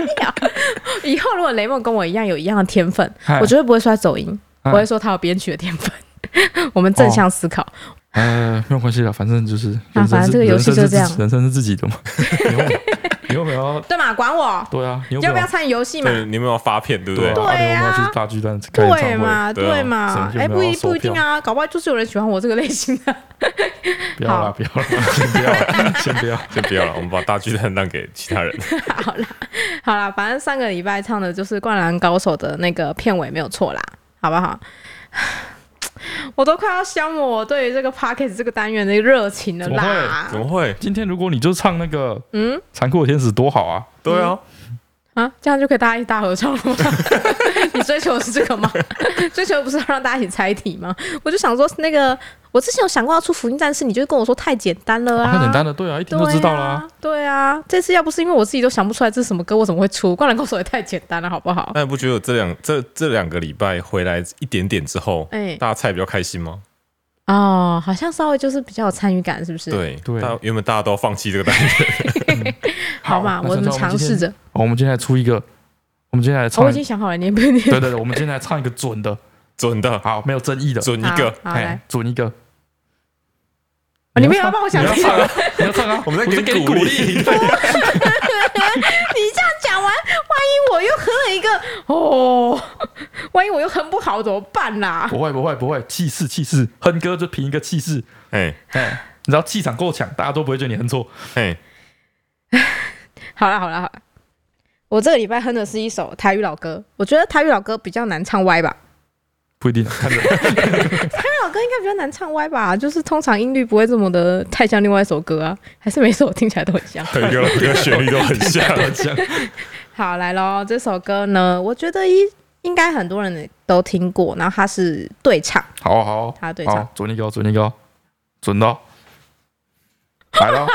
以后如果雷梦跟我一样有一样的天分嗨，哎我绝对不会说他走音，嗨我会说他有编曲的天分。 [LAUGHS] 我们正向思考，呃，没有关系啦，反正就是啊人反生是正这个游戏就这样人生是自己人生是自己的 [LAUGHS] 嘛。你有没有？对哎嘛？管我，对啊，你有没要有不要？参与游戏嘛？对，你有没有发片，对不对啊，？对对你有没有啊去大巨蛋开演对唱会？嘛，对啊对嘛，谁哎，有没有不一要售不一定票啊，搞不好就是有人喜欢我这个类型的。 [LAUGHS] 不要啦，好不要啦，先不 [LAUGHS] 要，先不要。先不要了，我们把大巨蛋让给其他人。好啦，好啦，反正上个礼拜唱的就是《灌篮高手》的那个片尾，没有错啦，好不好？ [SIGHS] 我都快要消磨我对于这个 p o c k e t 这个单元的热情了啦怎。么会？今天如果你就唱那个《嗯残酷的天使》，多好啊！对啊，啊，这样就可以大家一起大合唱了吗？你追求的是这个吗？追求的不是要让大家一起猜题吗？我就想说，那个我之前有想过要出福音战士，你就跟我说太简单了啊啊，太简单了，对啊，一听就知道啦。对啊。对啊，这次要不是因为我自己都想不出来这是什么歌，我怎么会出《灌篮高手》也太简单了，好不好？那你不觉得我这两这这两个礼拜回来一点点之后，呃哎大家菜比较开心吗？哦，好像稍微就是比较有参与感，是不是？，对，对大原本大家都要放弃这个单 [LAUGHS] 元，好嘛，那我们现在尝试着。好我们今天来出一个，我们今天来哦唱我已，经想好了，你也不你对对对，我们今天来唱一个准的，准的，好，没有争议的，准一好个。啊好嘿来，准一个。哦你们也要帮我想你要这唱个啊，你要唱 [LAUGHS] 啊，我们在是给给你你鼓鼓励励。你这样讲完，万一我又哼了一个哦，万一我又哼不好怎么办啦？不会不会不会，气势气势，哼歌就凭一个气势，哎哎，你只要气场够强，大家都不会觉得你哼错。哎，好了好了好了，我这个礼拜哼的是一首台语老歌，我觉得台语老歌比较难唱歪吧，不一定，看着台语老歌应该比较难唱歪吧，就是通常音律不会这么的太像另外一首歌啊，还是每首听起来都很像。每个每个旋律都很像。 [LAUGHS] 很像。好，来喽！这首歌呢，我觉得应应该很多人都听过，然后它是对唱，好啊好啊，他对唱好，准一个哦，准一个哦，准到来了，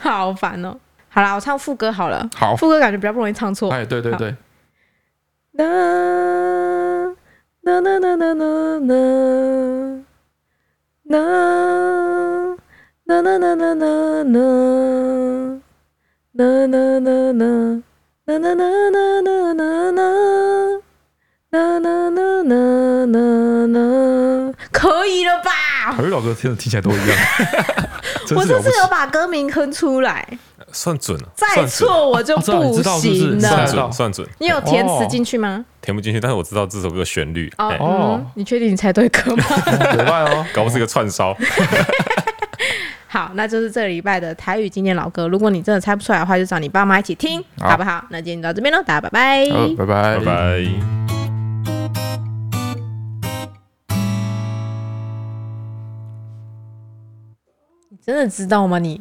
好烦哦。好啦，我唱副歌好了， [LAUGHS] 好，副歌感觉比较不容易唱错。哎，对对对，啦啦啦啦啦啦啦啦啦啦啦啦啦啦啦啦啦啦啦啦啦啦啦啦。啦啦啦啦啦啦，可以了吧？台语老歌真的听起来都一 [LAUGHS] 样，真我是了这不次起有。把歌名哼出来，算准了，再算准错我就哦知道你不知道是不是行你知了算。道准，算准，你有填词哦进去吗？填不进去，但是我知道这首歌的旋律，哦哎，哦嗯，你确定你猜对歌吗？礼拜哦，搞不好是个串烧。好，那就是这个礼拜的台语经典老歌。如果你真的猜不出来的话，就找你爸妈一起听，好好不好？那今天就到这边喽，大家拜拜。好，拜拜哎拜拜。真的知道吗？你